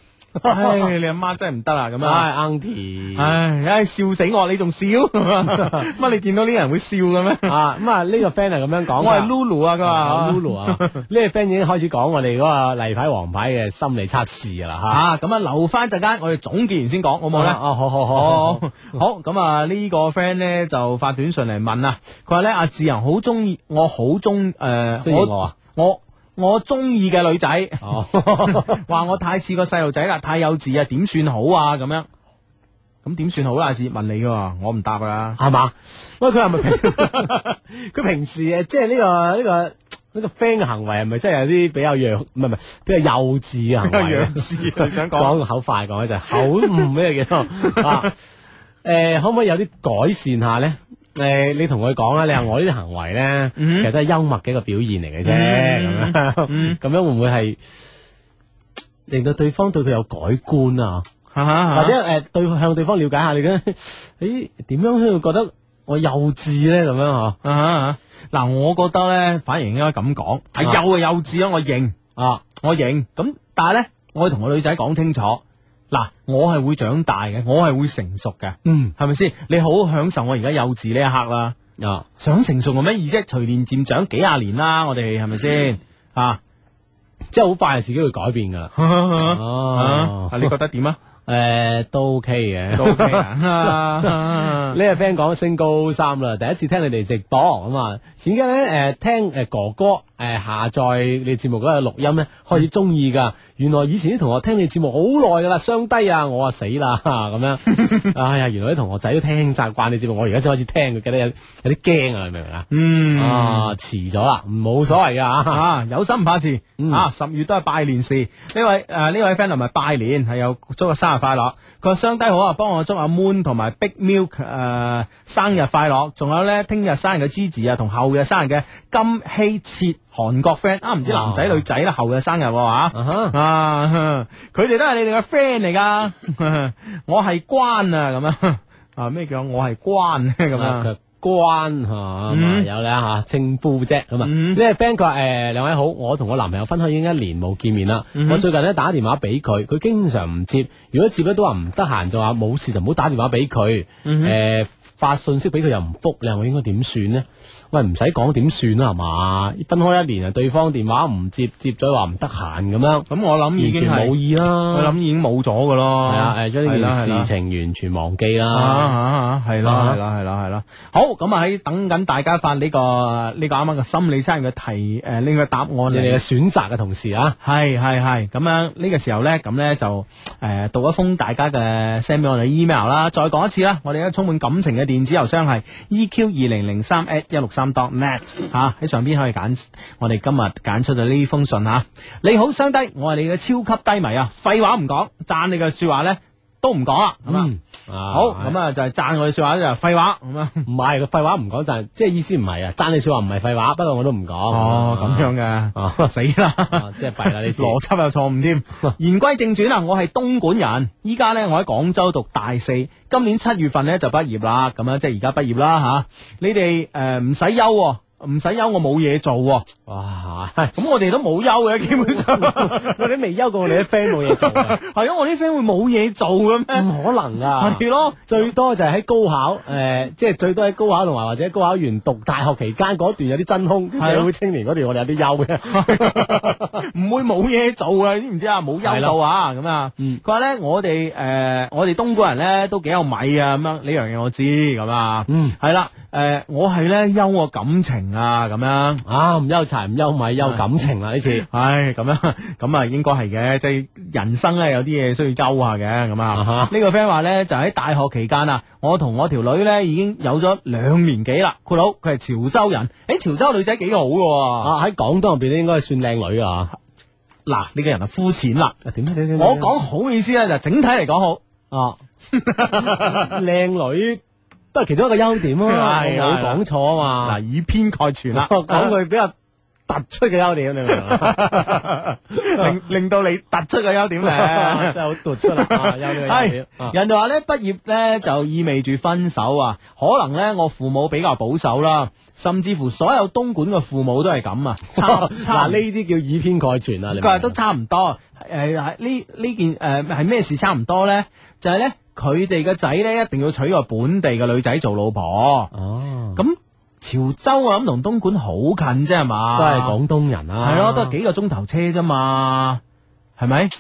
唉，你阿媽真係唔得啦，咁啊。唉，Auntie。唉，唉，笑死我！你仲笑 乜？你見到呢人會笑嘅咩？啊，咁啊呢個 friend 係咁樣講㗎，我係 Lulu 啊，佢話啊 Lulu 啊，呢個 friend 已經開始講我哋嗰個例牌黃牌嘅心理測試㗎啦嚇。啊，咁啊留翻陣間，我哋總結完先講，好唔好咧？啊好好好哦，好咁啊！呢個 friend 咧就發短信嚟問啊，佢話咧阿志仁好中意，我好中诶，中意我啊，我我中意嘅女仔，哦， 話我太似個細路仔啦，太幼稚啊，點算好啊？咁樣咁點算好啦？阿志問你噶喎，我唔答噶啦。係嘛？喂，佢係咪平佢平時誒，即係呢個呢個。呢個 friend 嘅行為係咪真係有啲比較弱，唔係唔係比較幼稚嘅行 為咧？稚，啊你 想講個口快講咧就係口誤咩 叫做啊？誒，可唔可以有啲改善下咧？誒，你同佢講啦，啊你話我呢啲行為咧，嗯其實都係幽默嘅一個表現嚟嘅啫，咁樣嗯 咁樣會唔會係令到對方對佢有改觀啊？或或者诶、呃對向對方了解下你 嘅，咦點樣先會覺得我幼稚咧？咁樣嗬啊嗱，我覺得咧反而應該咁講，係啊幼啊幼稚啊，我認。啊我認咁，但係咧，我要同個女仔講清楚，嗱，我係會長大嘅，我係會成熟嘅，嗯係咪先？你好好享受我而家幼稚呢一刻啦，啊想成熟嘅咩？而啫，隨年漸長幾廿年啦，我哋係咪先？啊，即係好快自己會改變噶啦。 啊哦，你覺得點 啊？诶、都 OK 嘅。都 OK 啊呢個 friend 講升高三啦，第一次聽你哋直播咁啊，前幾日咧诶聽诶哥哥诶、呃下載你節目嗰個錄音咧，開始中意噶。原來以前啲同學聽你節目好耐噶啦，雙低啊，我啊死啦 咁 樣。哎呀，原來啲同學仔都聽習慣你節目，我而家先開始聽，佢覺得有有啲驚啊，你明唔明啊？嗯。啊，遲咗啦，冇所謂噶吓。啊，有心唔怕遲、啊！十月都係拜年事，呢位啊诶呢、位 friend 同埋拜年係有祝個生日快樂。佢話雙低好啊，幫我祝阿 Moon 同埋 Big Milk 诶、生日快樂。仲有咧聽日生日嘅 Gigi 啊，同後日生日嘅金希澈韓國 friend 啊，唔知男仔女仔啦，後日生日喎啊哈啊，佢哋都係你哋嘅 friend 嚟噶，我係關啊咁啊啊咩叫我係關咁啊？佢關吓，咁啊有咧吓稱呼啫咁啊。呢個 friend 佢話誒兩位好，我同我男朋友分開已經一年冇見面啦。我最近咧打電話俾佢，佢嗯經常唔接，如果接咧都話唔得閒，就話冇事就唔好打電話俾佢。誒發信息俾佢又唔復，你話我應該點算呢？喂，唔使講點算啦，係嘛？分開一年啊，對方電話唔接，接咗話唔得閒咁樣，咁我諗已完經全冇係，意啦。我諗已經冇咗噶咯。係啊，誒，將呢係啦係啦件事情完全忘記啊啦。啊啊！系啦啊系啦系啦系啦，好咁啊喺等緊大家發呢、個呢、個啱啱嘅心理測驗嘅題诶呢、個答案你嚟哋嘅選擇嘅同時啊，系系系，咁样呢個時候呢，咁呢就诶、呃讀一封大家嘅 send 俾我哋 email 啦。再講一次啦，我哋咧充滿感情嘅電子郵箱係 eq 二零零三 at 一六三 dot net 吓、喺上邊可以揀我哋今日揀出咗呢封信吓、你好，相低，我係你嘅超級低迷啊！廢話唔講，讚你嘅说話呢都唔講啦，咁啊。嗯，好好咁啊，就係讚我哋说話就係廢話咁啊。唔係個廢話唔講就即係意思唔係啊，爭你説話唔係廢話，不過我都唔講。哦，咁樣嘅，啊，死啦！啊即係弊啦呢次。 邏輯有錯 誤添。言歸正傳啊，我係東莞人，依家呢，我喺廣州讀大四，今年七月份呢就畢業啦，咁啊樣即係而家畢業啦吓、你哋诶唔使憂喎，唔使憂，我冇嘢做喎、哇，咁我哋都冇憂嘅，基本上係 我哋未休過，我哋啲 friend 冇嘢做啊，咯，我啲 friend 會冇嘢做嘅咩？唔可能啊！係咯，最多就係喺高考，诶，即係最多喺高考同埋或者高考完讀大學期間嗰段有啲真空，啊社會青年嗰段我哋有啲休嘅。 唔會冇嘢做啊，知唔知啊？冇憂到啊，咁啊，嗯佢話咧，我哋诶，我哋東莞人咧都幾有米啊，咁樣呢樣嘢我知，咁啊，嗯係啦，诶，我係咧憂我感情啊，咁樣。啊，唔憂柴，唔憂米，憂感情啊啦呢次。唉，咁樣咁啊， 應該係嘅，即係人生咧有啲嘢需要休下嘅，咁啊啊哈。呢個 friend 話咧，就喺大學期間啊，我同我條女咧已經有咗兩年幾啦。括佬佢係潮州人，喺潮州女仔幾好嘅喎。啊，喺廣東入边咧，應該係算靚女啊。嗱，呢個人啊膚淺啦。啊點啊點啊點啊我講好意思咧，就整體嚟講好。啊，靚女都係其中一個優點啊，係我啊冇講錯啊嘛嗱，。啊以偏概全啦，我講佢比較突出嘅優點，你明唔明啊？ 令令到你突出個優點真咧。 係好突出啦，啊優點優系點。啊人哋話咧，畢業咧就意味住分手啊。可能咧，我父母比較保守啦，甚至乎所有東莞嘅父母都係咁啊。差差嗱，呢啲叫以偏概全啊！你明唔明佢話都差唔多。誒係呢呢件誒係咩事差唔多咧？就係咧，佢哋嘅仔咧一定要娶個本地嘅女仔做老婆。哦，咁潮州我諗同東莞好近啫，係嘛？都係廣東人啊，系咯，都係幾個鐘頭車啫嘛，係咪？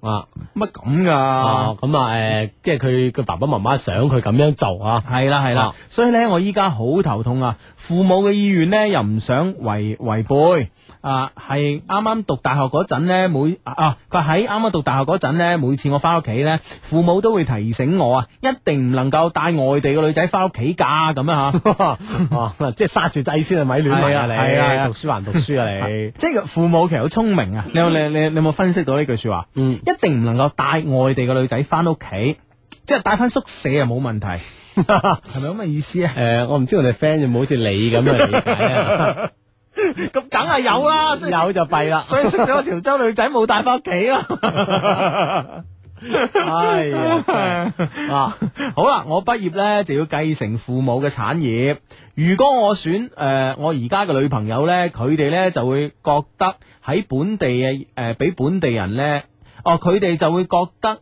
啊乜咁噶啊？咁啊誒，即係佢佢爸爸媽媽想佢咁樣做啊，係啦係啦啊，所以咧我依家好頭痛啊！父母嘅意願咧又唔想違違背啊，係啱啱讀大學嗰陣咧，每啊佢話喺啱啱讀大學嗰陣咧，每次我翻屋企咧，父母都會提醒我啊，一定唔能夠帶外地嘅女仔翻屋企噶咁樣哦 吓。啊即係剎住掣先啊，咪亂嚟啊你，係啊係啊係啊讀書還讀書啊你，即係父母其實好聰明 啊！你有你你你有冇分析到呢句说話？嗯，一定唔能夠帶外地嘅女仔翻屋企，即係帶翻宿舍又冇 問題，係咪咁嘅意思啊？誒，我唔知我哋 friend 有冇好似你咁嘅理解啊， 咁梗係有啦，所以有就弊啦，所以識咗個潮州女仔冇帶翻屋企啦。 哎呀真係啊，好啦，我畢業呢就要繼承父母嘅產業。如果我選誒、呃我而家嘅女朋友呢，佢哋呢就會覺得喺本地嘅誒俾本地人呢，哦佢哋就會覺得。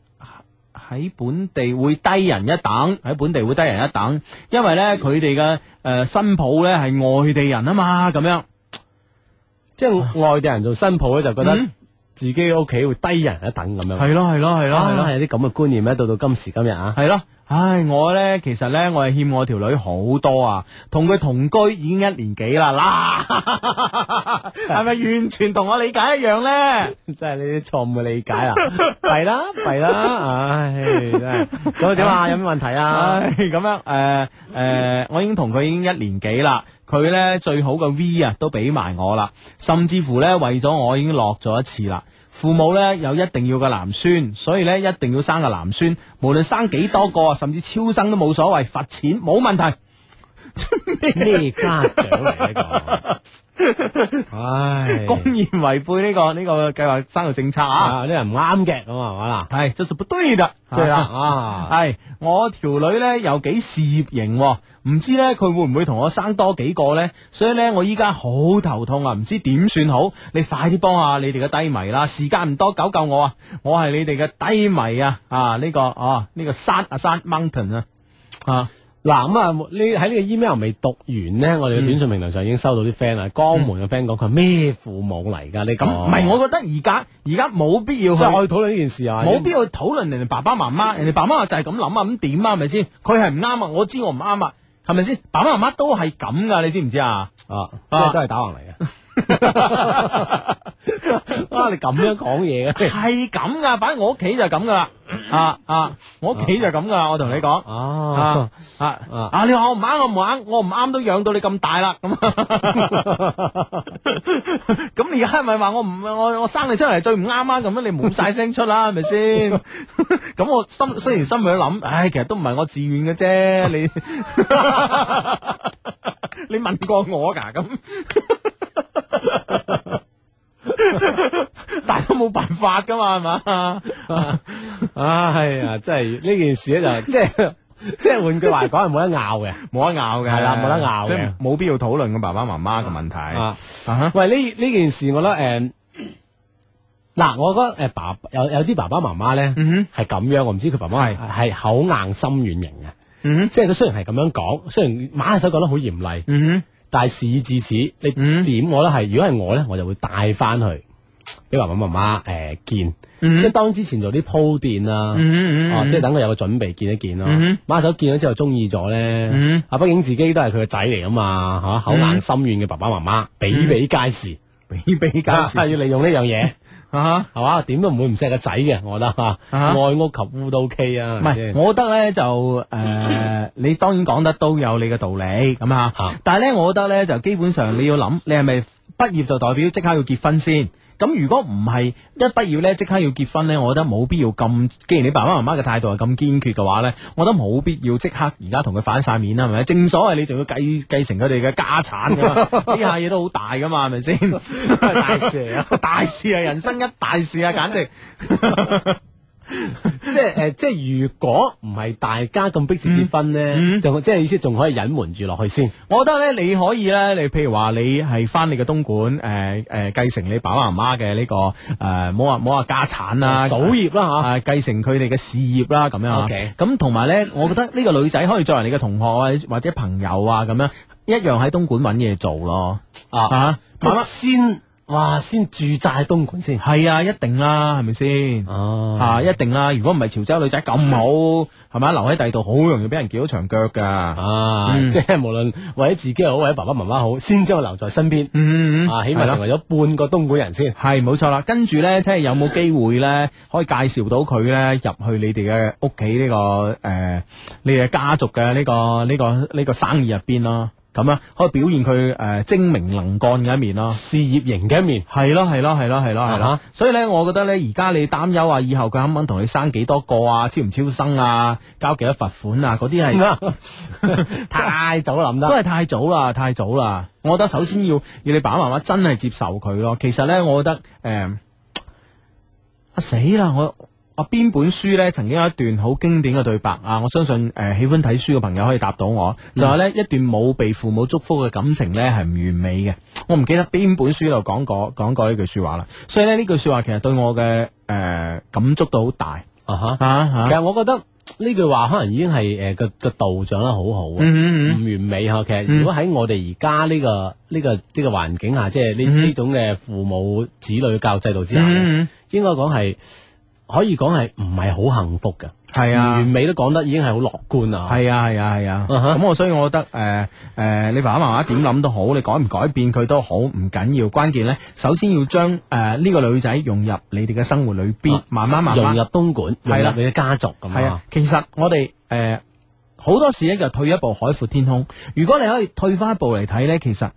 喺本地會低人一等，喺本地會低人一等，因為呢，佢哋嘅誒新抱呢係外地人啊嘛，咁樣啊即係外地人做新抱咧，就覺得嗯自己嘅屋企會低人一等咁樣。係咯係咯係咯係咯啊，有啲咁嘅觀念咧，到到今時今日啊，係咯。唉，我呢，其實呢，我係欠我條女好多啊，同佢同居已經一年幾啦，嗱，係咪完全同我理解一樣呢？ 真係呢啲錯誤嘅理解啊，弊啦弊啦，唉，真係咁點啊？有咩問題啊？唉，咁樣诶诶、呃我已經同佢已經一年幾啦，佢呢最好嘅 V 啊都俾埋我啦，甚至乎呢，為咗我已經落咗一次啦。父母呢有一定要嘅男孫，所以呢一定要生個男孫，無論生幾多個，甚至超生都冇所謂，罰錢冇問題。 咩家長嚟呢個？唉，公然違背呢、個呢、個計劃生育政策啊！啊，啲人唔啱嘅咁啊，係咪啦？係，這是不對的。對 啦啊啊，係我條女呢，又幾事業型喎，唔知呢，佢會唔會同我生多幾個呢？所以呢，我依家好頭痛啊，唔知點算好。你快啲幫下你哋嘅低迷啦，時間唔多，救救我啊！我係你哋嘅低迷啊！啊，呢、個哦，呢、個山啊山 mountain 啊，啊嗱咁啊，呢喺呢個 email 未讀完呢，我哋嘅短信平台上已經收到啲 friend 啦，江門嘅 friend 講佢咩父母嚟㗎？呢個咁唔係，我覺得而家而家冇必要哦即去係。我去討論呢件事啊，冇必要討論人哋爸爸媽媽，人哋爸爸媽媽就係咁諗啊，咁點啊，係咪先？佢係唔啱啊，我知我唔啱啊，係咪先？爸爸媽媽都係咁噶，你知唔知啊？ 啊，即啊係都係打橫嚟 嘅。 啊，你咁樣講嘢嘅，係咁噶，反正我屋企就係咁噶啦，啊啊，我屋企就係咁噶啦，我同你講。嗯啊啊，啊啊！你話我唔啱，我唔啱，我唔啱都養到你咁大啦，咁啊 咁你而家係咪話我唔我我生你出嚟最唔啱啊？咁樣你冇晒聲出啦，係咪先？咁我心雖然心裏諗，唉，其實都唔係我自願嘅啫，你 你問過我㗎咁。但係都冇辦法噶嘛，係嘛？ 唉哎呀，真係呢件事咧就即係即係換句話講係冇得拗嘅。冇得拗嘅，係啦冇得拗嘅所以冇必要討論個爸爸媽媽嘅問題。啊哈喂，呢呢件事我覺得誒。嗱，我覺得誒爸有有啲爸爸媽媽咧嗯係咁樣，我唔知佢爸爸係係口硬心軟型嘅，嗯即係佢雖然係咁樣講，雖然馬手講得好嚴厲，嗯但係事已至此，你嗯點我咧係？如果係我咧，我就會帶翻去俾爸爸媽媽誒見，即係當之前做啲鋪墊啦，嗯哦，即係等佢有個準備見一見咯嗯。馬手見咗之後中意咗咧嗯，啊，畢竟自己都係佢個仔嚟噶啊嘛，嚇口硬心軟嘅爸爸媽媽比嗯比皆是，比比皆是 啊要利用呢樣嘢啊！係嘛？點都唔會唔錫個仔嘅，我覺得嚇，啊愛屋及烏都 OK 啊，唔係，我覺得咧就誒、呃你當然講得都有你嘅道理咁啊啊。但係咧，我覺得咧就基本上你要諗，你係咪畢業就代表即刻要結婚先？咁如果唔係一畢業咧即刻要結婚咧，我覺得冇必要咁。既然你爸爸媽媽嘅態度係咁堅決嘅話咧，我覺得冇必要即刻而家同佢反晒面啦，係咪？ 正所謂你仲要繼繼承佢哋嘅家產㗎 嘛，呢下嘢都好大㗎嘛，係咪先？ 大事啊！大事啊！人生一大事啊，簡直。即係 诶，即係如果唔係大家咁逼切結婚咧，就即係意思仲可以隱瞞住落去先。嗯我覺得咧，你可以咧，你譬如話你係翻你嘅東莞，诶、呃、繼承你爸爸媽媽嘅呢個诶，冇話冇話家產啦，哦祖業啦啊，繼承佢哋嘅事業啦，咁樣啊 OK 咁同埋咧，我覺得呢個女仔可以作為你嘅同學啊，或者朋友啊，咁樣一樣喺東莞揾嘢做咯。吓啊，啊，即係先哇，先住債東莞先。係啊，一定啦，係咪先？哦，啊，一定啦！如果唔係潮州女仔咁好，係咪留喺第二度好容易俾人撬咗長腳㗎。啊，嗯即係無論為咗自己又好，為咗爸爸媽媽好，先將佢留在身邊。嗯嗯嗯啊，起碼係咯成為咗半個東莞人先。系冇錯啦，跟住咧，即係有冇機會咧，可以介紹到佢咧入去你哋嘅屋企呢個诶、呃你哋家族嘅呢、個呢、個呢、個生意入邊咯，咁啊，可以表現佢诶、呃精明能幹嘅一面咯。事業型嘅一面，係咯係咯係咯係咯係啊哈咯，所以咧，我覺得咧，而家你擔憂啊，以後佢肯唔肯同你生幾多個啊，超唔超生啊，交幾多罰款啊，嗰啲係。 太早諗都得。係太早啦，太早啦！我覺得首先要要你爸爸媽媽真係接受佢咯。其實呢，我覺得诶、誒啊死啦！我我邊本書呢曾經有一段好經典嘅對白啊！我相信诶、誒喜歡睇書嘅朋友可以答到我，就係呢一段冇被父母祝福嘅感情呢係唔完美嘅。我唔記得邊本書度講過講過呢句说話啦。所以呢，呢句说話其實對我嘅诶、誒感觸到好大啊哈。啊吓。其實我覺得呢句話可能已經係誒個個道長得好好嗯啊，唔完美嚇。其實如果喺我哋而家呢個呢個呢個環境下，即係嗯呢呢種嘅父母子女嘅教育制度之下咧，應該講係可以講係唔係好幸福嘅。係唔啊完美都講得已經係好樂觀啦。系啊系啊系啊，咁、啊哈我所以我覺得诶诶、呃你爸爸媽媽點諗都好，你改唔改變佢都好，唔緊要，關鍵咧，首先要將诶呢個女仔融入你哋嘅生活裏邊，啊慢慢慢融慢入東莞，融係啦入你嘅家族咁係啊啊。。其實我哋诶好多事咧就退一步海闊天空，如果你可以退翻一步嚟睇咧，其實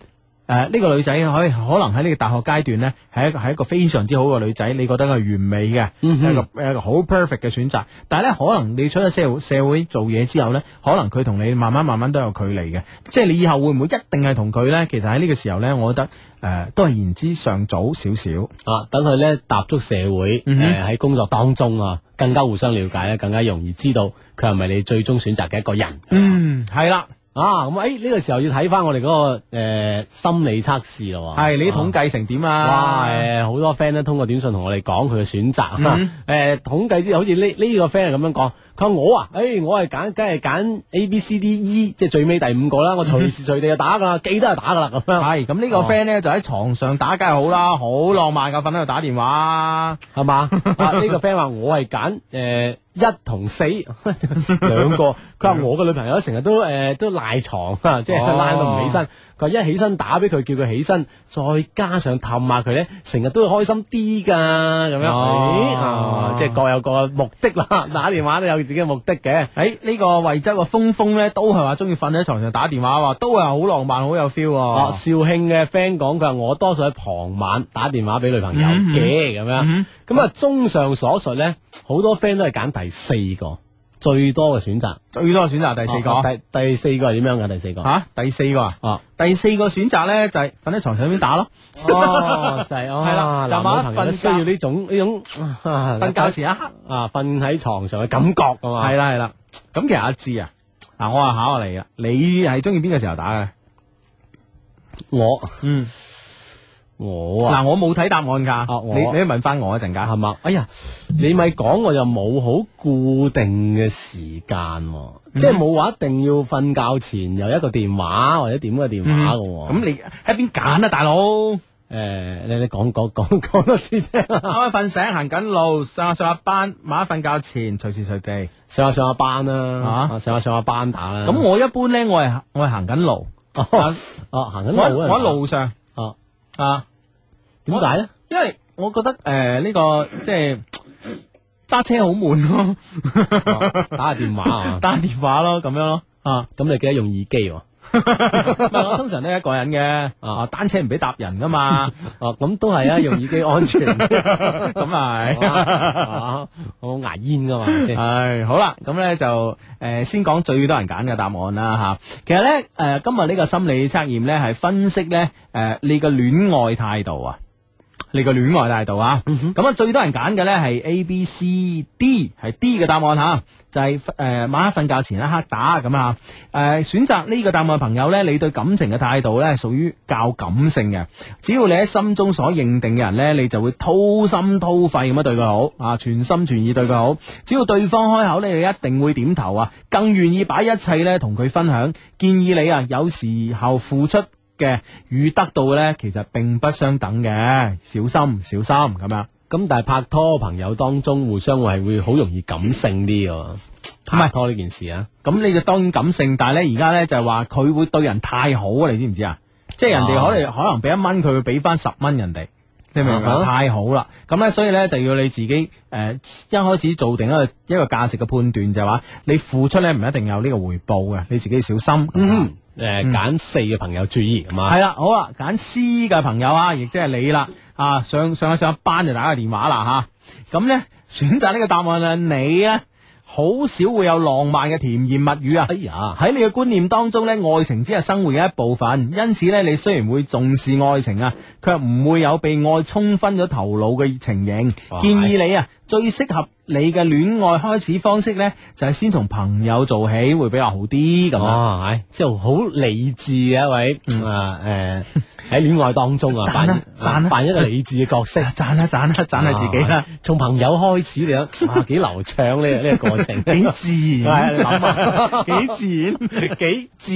诶呢、個女仔可以可能喺呢個大學階段咧係一個係一個非常之好嘅女仔，你覺得佢係完美嘅，一個一個好 perfect 嘅選擇。但係咧，可能你出咗社會社會做嘢之後咧，可能佢同你慢慢慢慢都有距離嘅，即係你以後會唔會一定係同佢咧？其實喺呢個時候咧，我覺得。誒、都係言之尚早少少，啊，等佢咧踏足社會，誒喺、嗯哼工作當中啊，更加互相了解啊咧，更加容易知道佢係咪你最終選擇嘅一個人。嗯，係啦，啊，咁诶呢個時候要睇翻我哋嗰、個个呃心理測試咯喎。係你統計計成點哇，啊？诶、好嗯多 friend 咧通過短信同我哋講佢嘅選擇。诶、統計之後好似呢呢個 friend 係咁樣講，佢話我啊，诶、我係揀，梗係揀 A B C D E，即係最尾第五個啦，我隨時隨地就打噶 啦，記得就打噶啦咁樣，系咁呢哦個 friend 咧就喺床上打梗係好啦，好浪漫噶，瞓喺度打電話。係嘛？啊呢個 friend 話我係揀诶一同四 兩個，佢話我嘅女朋友成日都诶、誒都賴床啊，即係哦賴到唔起身。佢話一起身打俾佢，叫佢起身，再加上氹下佢咧，成日都會開心啲㗎咁樣。咦哦啊，即係各有各嘅目的啦， 打電話都有自己嘅目的嘅。诶，呢個惠州嘅峰峰咧，都係話中意瞓喺床上打電話喎，都係好浪漫，好有 feel 哦，喎。肇慶嘅 friend 講佢話我多數喺傍晚打電話俾女朋友嗯嘅咁樣，咁啊綜上所述咧，好多 friend 都係揀第四個最多嘅選擇。最多選擇第四哦個第第四個係點樣嘅？第四個吓，第四個啊，哦第四個選擇咧就係瞓喺床上邊打咯。哦，就係哦，係啦男就晚女黑朋友都需要呢種呢種瞓瞓覺前一刻。啊，瞓喺床上嘅感覺啊嘛。系啦系啦，咁其實阿志啊，嗱我話考下你嗯啊，你係中意邊個時候打嘅？我嗯，我啊，嗱我冇睇答案㗎，哦我你你問翻我一陣間。係嘛？哎呀，你咪講我就冇好固定嘅時間喎，嗯即係冇話一定要瞓覺前有一個電話或者點個電話嘅喎。嗯咁你喺邊揀啊，大佬？誒，你你講講講 講多次聽啊。啱啱瞓醒，行緊路，上下上下班，晚黑瞓覺前，隨時隨地。上下上下班啦，啊上下上下班打啦。咁我一般咧，我係我係行緊路，哦哦行緊我喺路啊，我喺路上哦，啊，點解咧？因為我覺得诶呢個即係揸車好悶咯， 打下電話啊，哦打電話咯，咁樣咯。啊，咁你記得用耳 機喎。我通常都係一個人嘅，啊單車唔俾搭人噶 嘛，哦，咁都係啊，用耳機 安全。咁咪。啊我牙煙噶嘛，係咪先唉，好啦，咁咧就诶、呃先講最多人揀嘅答案啦吓。其實咧诶、呃今日呢個心理測驗咧係分析咧诶、呃你嘅戀愛態度啊，你嘅戀愛態度啊。咁啊、最多人揀嘅咧係 A、B、C、D 係 D 嘅答案吓、就係诶晚黑瞓覺前一刻打咁啊。诶、選擇呢個答案嘅朋友咧，你對感情嘅態度咧係屬於較感性嘅。只要你喺心中所認定嘅人咧，你就會掏心掏肺咁樣對佢好啊，全心全意對佢好。只要對方開口咧，你一定會點頭啊，更願意把一切咧同佢分享。建議你啊，有時候付出。嘅與得到咧，其實並不相等嘅，小心小心咁樣。咁但係拍拖朋友當中互相係會好容易感性啲嘅，拍拖呢件事啊，咁你就當然感性，但係咧而家咧就係話佢會對人太好啊，你知唔知啊？即係人哋啊可能可能俾一蚊，佢會俾翻十蚊人哋，你明唔明啊啊？哈太好啦，咁咧所以咧就要你自己誒、呃一開始做定一個一個價值嘅判斷，就係話你付出咧唔一定有呢個回報嘅，你自己小心。嗯，誒揀四嘅朋友注意啊係嘛，系啦，好啦，揀 C 嘅朋友啊，亦即係你啦，啊上上一上一班就打個電話啦吓，咁、呢，選擇呢個答案啊，你咧好少會有浪漫嘅甜言蜜語啊。哎呀，喺你嘅觀念當中呢，愛情只係生活嘅一部分，因此呢，你雖然會重視愛情啊，卻唔會有被愛沖昏咗頭腦嘅情形。哇建議你啊，最適合你嘅戀愛開始方式呢，就係先從朋友做起，會比較好啲咁啊。哦，唉，即係好理智嘅一位啊誒喺戀愛當中啊，讚啊扮讚啊扮一個理智嘅角色。讚啦讚啦讚啦自己啦啊，，從朋友開始你諗， 哇，幾流暢呢呢個過程，幾自 係啊然，你諗哎下，幾自然，幾自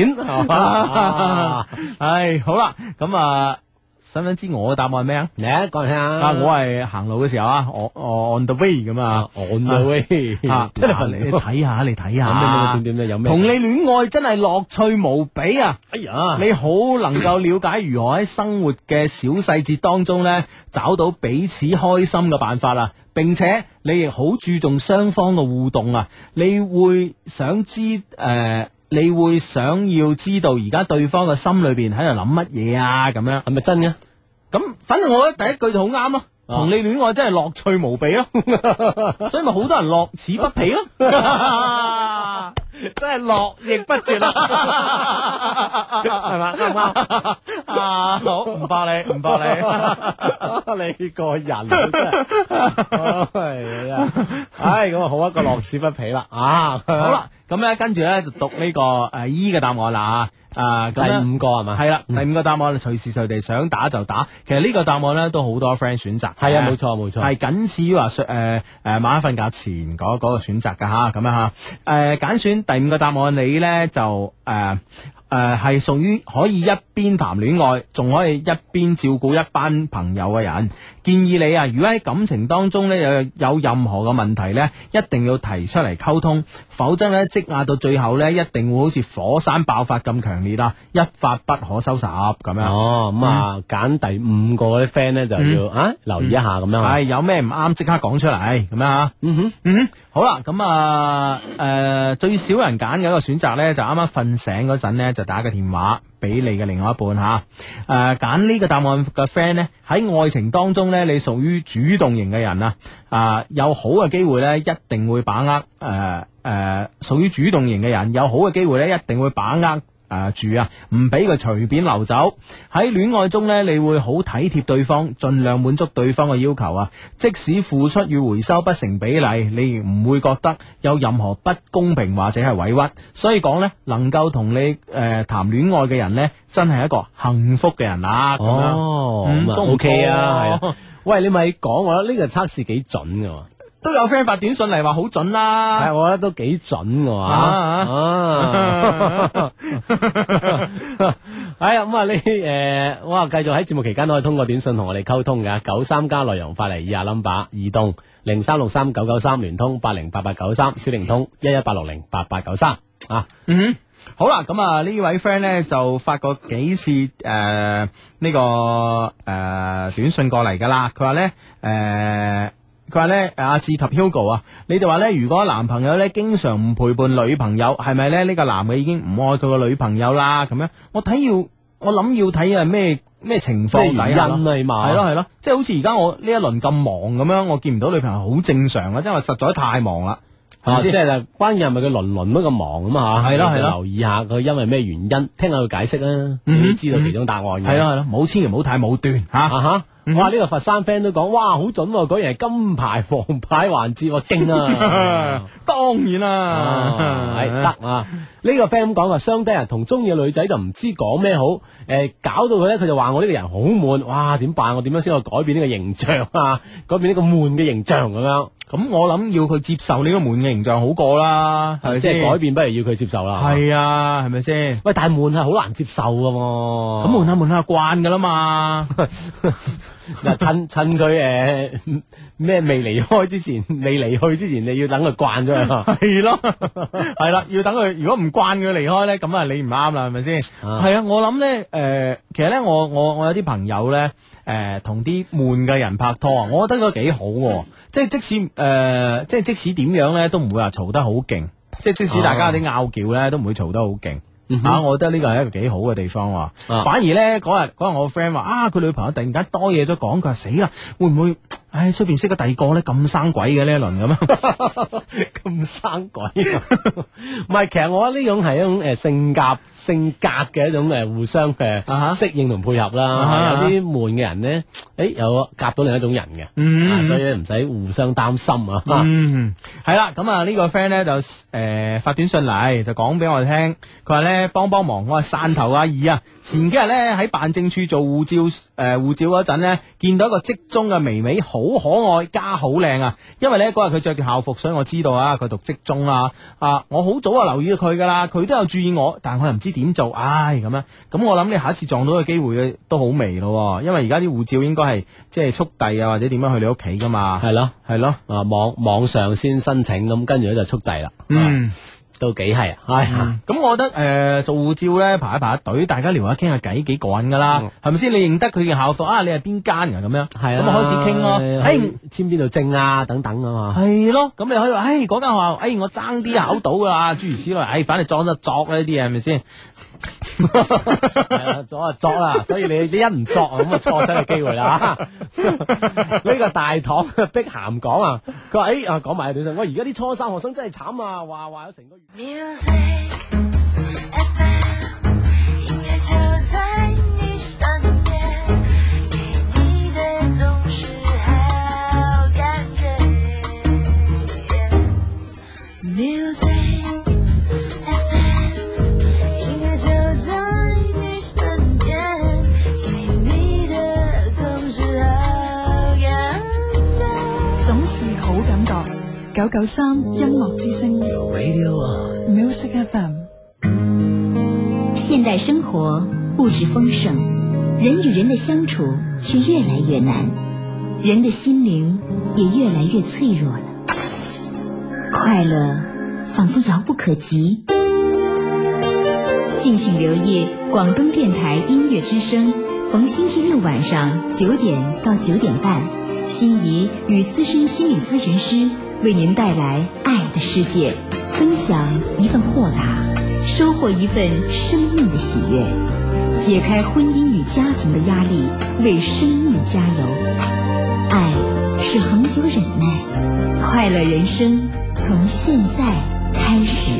然，係 嘛啊？唉，好啦，咁啊，想唔想知我嘅答案係咩啊？ 嚟啊，講嚟聽啊，啊，我係行路嘅時候啊，我我 on the way 咁啊啊，on the way 啊，你嗱你睇下，你睇咁下，點點點點有咩同你戀愛真係樂趣無比啊！哎呀，你好能夠了解如何喺生活嘅小細節當中呢，找到彼此開心嘅辦法啦。並且你亦好注重雙方嘅互動啊，你會想知誒、呃你會想要知道而家對方嘅心裏邊喺度諗乜嘢啊咁樣。係咪真嘅？咁反正我覺得第一句就好啱咯，同你戀愛真係樂趣無比 咯，所以咪好多人樂此不疲咯， 真係樂亦不絕啦，係嘛啱唔啱？啊，好唔駁你，唔駁 你 個人真係， 係啊，唉，咁啊好一個樂此不疲啦，啊，你。好好，啦，咁咧跟住咧就讀呢個诶 E 嘅答案啦啊，啊第咁呢五個係嘛？嗯系啦，第五個答案隨時隨地想打就打。其實呢個答案咧都好多 friend 選擇，係啊，冇錯冇錯，系僅次於話诶诶晚黑瞓覺前嗰嗰個選擇噶吓，咁樣吓。诶揀選第五個答案，你咧就诶诶係屬於可以一邊談戀愛，仲可以一邊照顧一班朋友嘅人。建議你啊，如果喺感情當中咧有有任何嘅問題咧，一定要提出嚟溝通，否則咧積壓到最後咧，一定會好似火山爆發咁強烈啊啦，一發不可收拾咁樣。嗯哦，咁啊揀第五個嗰啲 friend 咧就要啊留意一下咁樣啊，系有咩唔啱即刻講出嚟咁樣啊。嗯哼，嗯哼，好啦，咁啊，诶、最少人揀嘅一個選擇咧，就啱啱瞓醒嗰陣咧，就打個電話俾你嘅另外一半吓。诶、揀呢個答案嘅 friend 咧，喺愛情當中咧，你屬於主動型嘅人啊，啊、有好嘅機會咧，一定會把握诶。呃誒屬於主動型嘅人，有好嘅機會咧，一定會把握誒、住啊，唔俾佢隨便流走。喺戀愛中呢，你會好體貼對方，盡量滿足對方嘅要求啊。即使付出與回收不成比例，你亦唔會覺得有任何不公平或者係委屈。所以講呢，能夠同你誒、呃、談戀愛嘅人呢，真係一個幸福嘅人啦。咁樣哦，嗯咁啊都唔錯 OK 啊，啊係啊， 喂，你咪講我覺得呢個測試幾準嘅喎。都有 friend 發短信嚟話好準啦。系，我覺得都幾準嘅話，啊啊， 係啊，咁啊呢诶，哇，繼續喺節目期間都可以通過短信同我哋溝通嘅，九三加內容發嚟以下 number，移動零三六三九九三聯通八零八八九三，小靈通一一八六零八八九三啊，嗯哼，好啦，咁啊呢位 friend 咧就發過幾次誒呢、個誒、呃短信過嚟噶啦，佢話咧誒。呃佢話咧，阿志及 Hugo 啊，你哋話咧，如果男朋友咧經常唔陪伴女朋友，係咪咧呢、呢個男嘅已經唔愛佢個女朋友啦？咁樣，我睇要，我諗要睇係咩咩情況咩底原下咯因啊嘛？系咯，系咯，即係好似而家我呢一輪咁忙咁樣，我見唔到女朋友好正常啊，因為實在太忙啦，係咪啊，即先？係就關鍵係咪佢輪輪都咁忙咁啊吓？係咯係咯留意下佢因為咩原因，聽下佢解釋啦，嗯你都知道其中答案嘅。係咯係咯，冇千嗯祈唔好太武斷吓。啊哈！哇！呢個佛山 friend 都講，哇，好準喎！果然係金牌、黃牌環節喎，勁啊！ 當然啦，係得啊！呢個 friend 咁講啊，相低人同中意嘅女仔就唔知講咩好，誒搞到佢咧，佢就話我呢個人好悶，哇！點辦？我點樣先可以改變呢個形象啊？改變呢個悶嘅形象咁樣，咁我諗要佢接受呢個滿嘅形象好過啦，係咪即先？係改變不如要佢接受啦。係啊，係咪先？喂，但係悶係好難接受噶喎。咁悶下啊悶下慣噶啦嘛，嗱，趁趁佢呃誒咩未離開之前，未離去之前，你要等佢慣咗佢。 係咯，啊係啦，要等佢如果唔慣佢離開咧，咁啊你唔啱啦，係咪先？啊係啊，我諗咧，诶，其實咧，我我我有啲朋友咧，诶，同啲悶嘅人拍拖啊，我覺得都幾好喎，即係即使诶，即係即使點樣咧，都唔會話嘈得好勁，即係即使大家有啲拗撬咧，都唔會嘈得好勁。嗯吓、啊我覺得呢個係一個幾好嘅地方喎。啊反而咧嗰日嗰日我個 friend 話啊，佢女朋友突然間多嘢咗講，佢話死啦，會唔會？唉，出邊識個第二個咧咁生鬼嘅呢一輪咁啊， 咁生鬼，啊 唔係，其實我覺得呢種係一種誒呃性格性格嘅一種誒互相嘅啊哈適應同配合啊啦。哈有啲悶嘅人咧，誒有夾到另一種人嘅，嗯啊所以唔使互相擔心啊。嗯，系啦，咁啊呢個 friend 咧就诶、呃、发短信嚟，就講俾我哋聽，佢話咧幫幫忙，我係汕頭阿二啊，前幾日咧喺辦證處做護照诶护、護照嗰陣咧，見到一個職中嘅微微，好可愛加好靚啊！因為咧嗰日佢着住校服，所以我知道啊佢讀職中啦、啊，我好早啊留意咗佢噶啦，佢都有注意我，但我又唔知點做，唉咁樣，咁我諗你下一次撞到嘅機會都好微咯喎，因為而家啲護照應該係即係速遞啊或者點樣去你屋企噶嘛，係咯，係咯。啊網網上先申請咁，跟住咧就速遞啦。啊，嗯，都幾係啊，係啊咁我覺得诶、呃做護照咧排一排隊，大家聊下傾下偈幾過癮噶啦，係咪先？你認得佢嘅校服啊？你係邊間㗎咁樣？嗯係啊，咁啊開始傾咯。誒誒簽邊度證啊，等等啊嘛。係咯，咁你喺度，唉，哎嗰間學校，唉，我爭啲啊考到噶啦，諸如此類，唉，反正裝得作啦呢啲嘢，係咪先？ 係啦，作啊就作啦，所以你你一唔作啊咁啊錯失個機會啦。 呢個大堂 碧咸講啊，佢話誒啊講埋啊短信，我而家啲初三學生真係慘啊，話話有成個月。 Music FM，音乐就在你手九九三音樂之聲 Music FM。现代生活物质丰盛，人与人的相处却越来越难，人的心灵也越来越脆弱了。快乐仿佛遥不可及。敬请留意广东电台音乐之声，逢星期六晚上九点到九点半，心仪与资深心理咨询师为您带来《爱的世界》，分享一份豁达，收获一份生命的喜悦，解开婚姻与家庭的压力，为生命加油。爱是恒久忍耐，快乐人生从现在开始。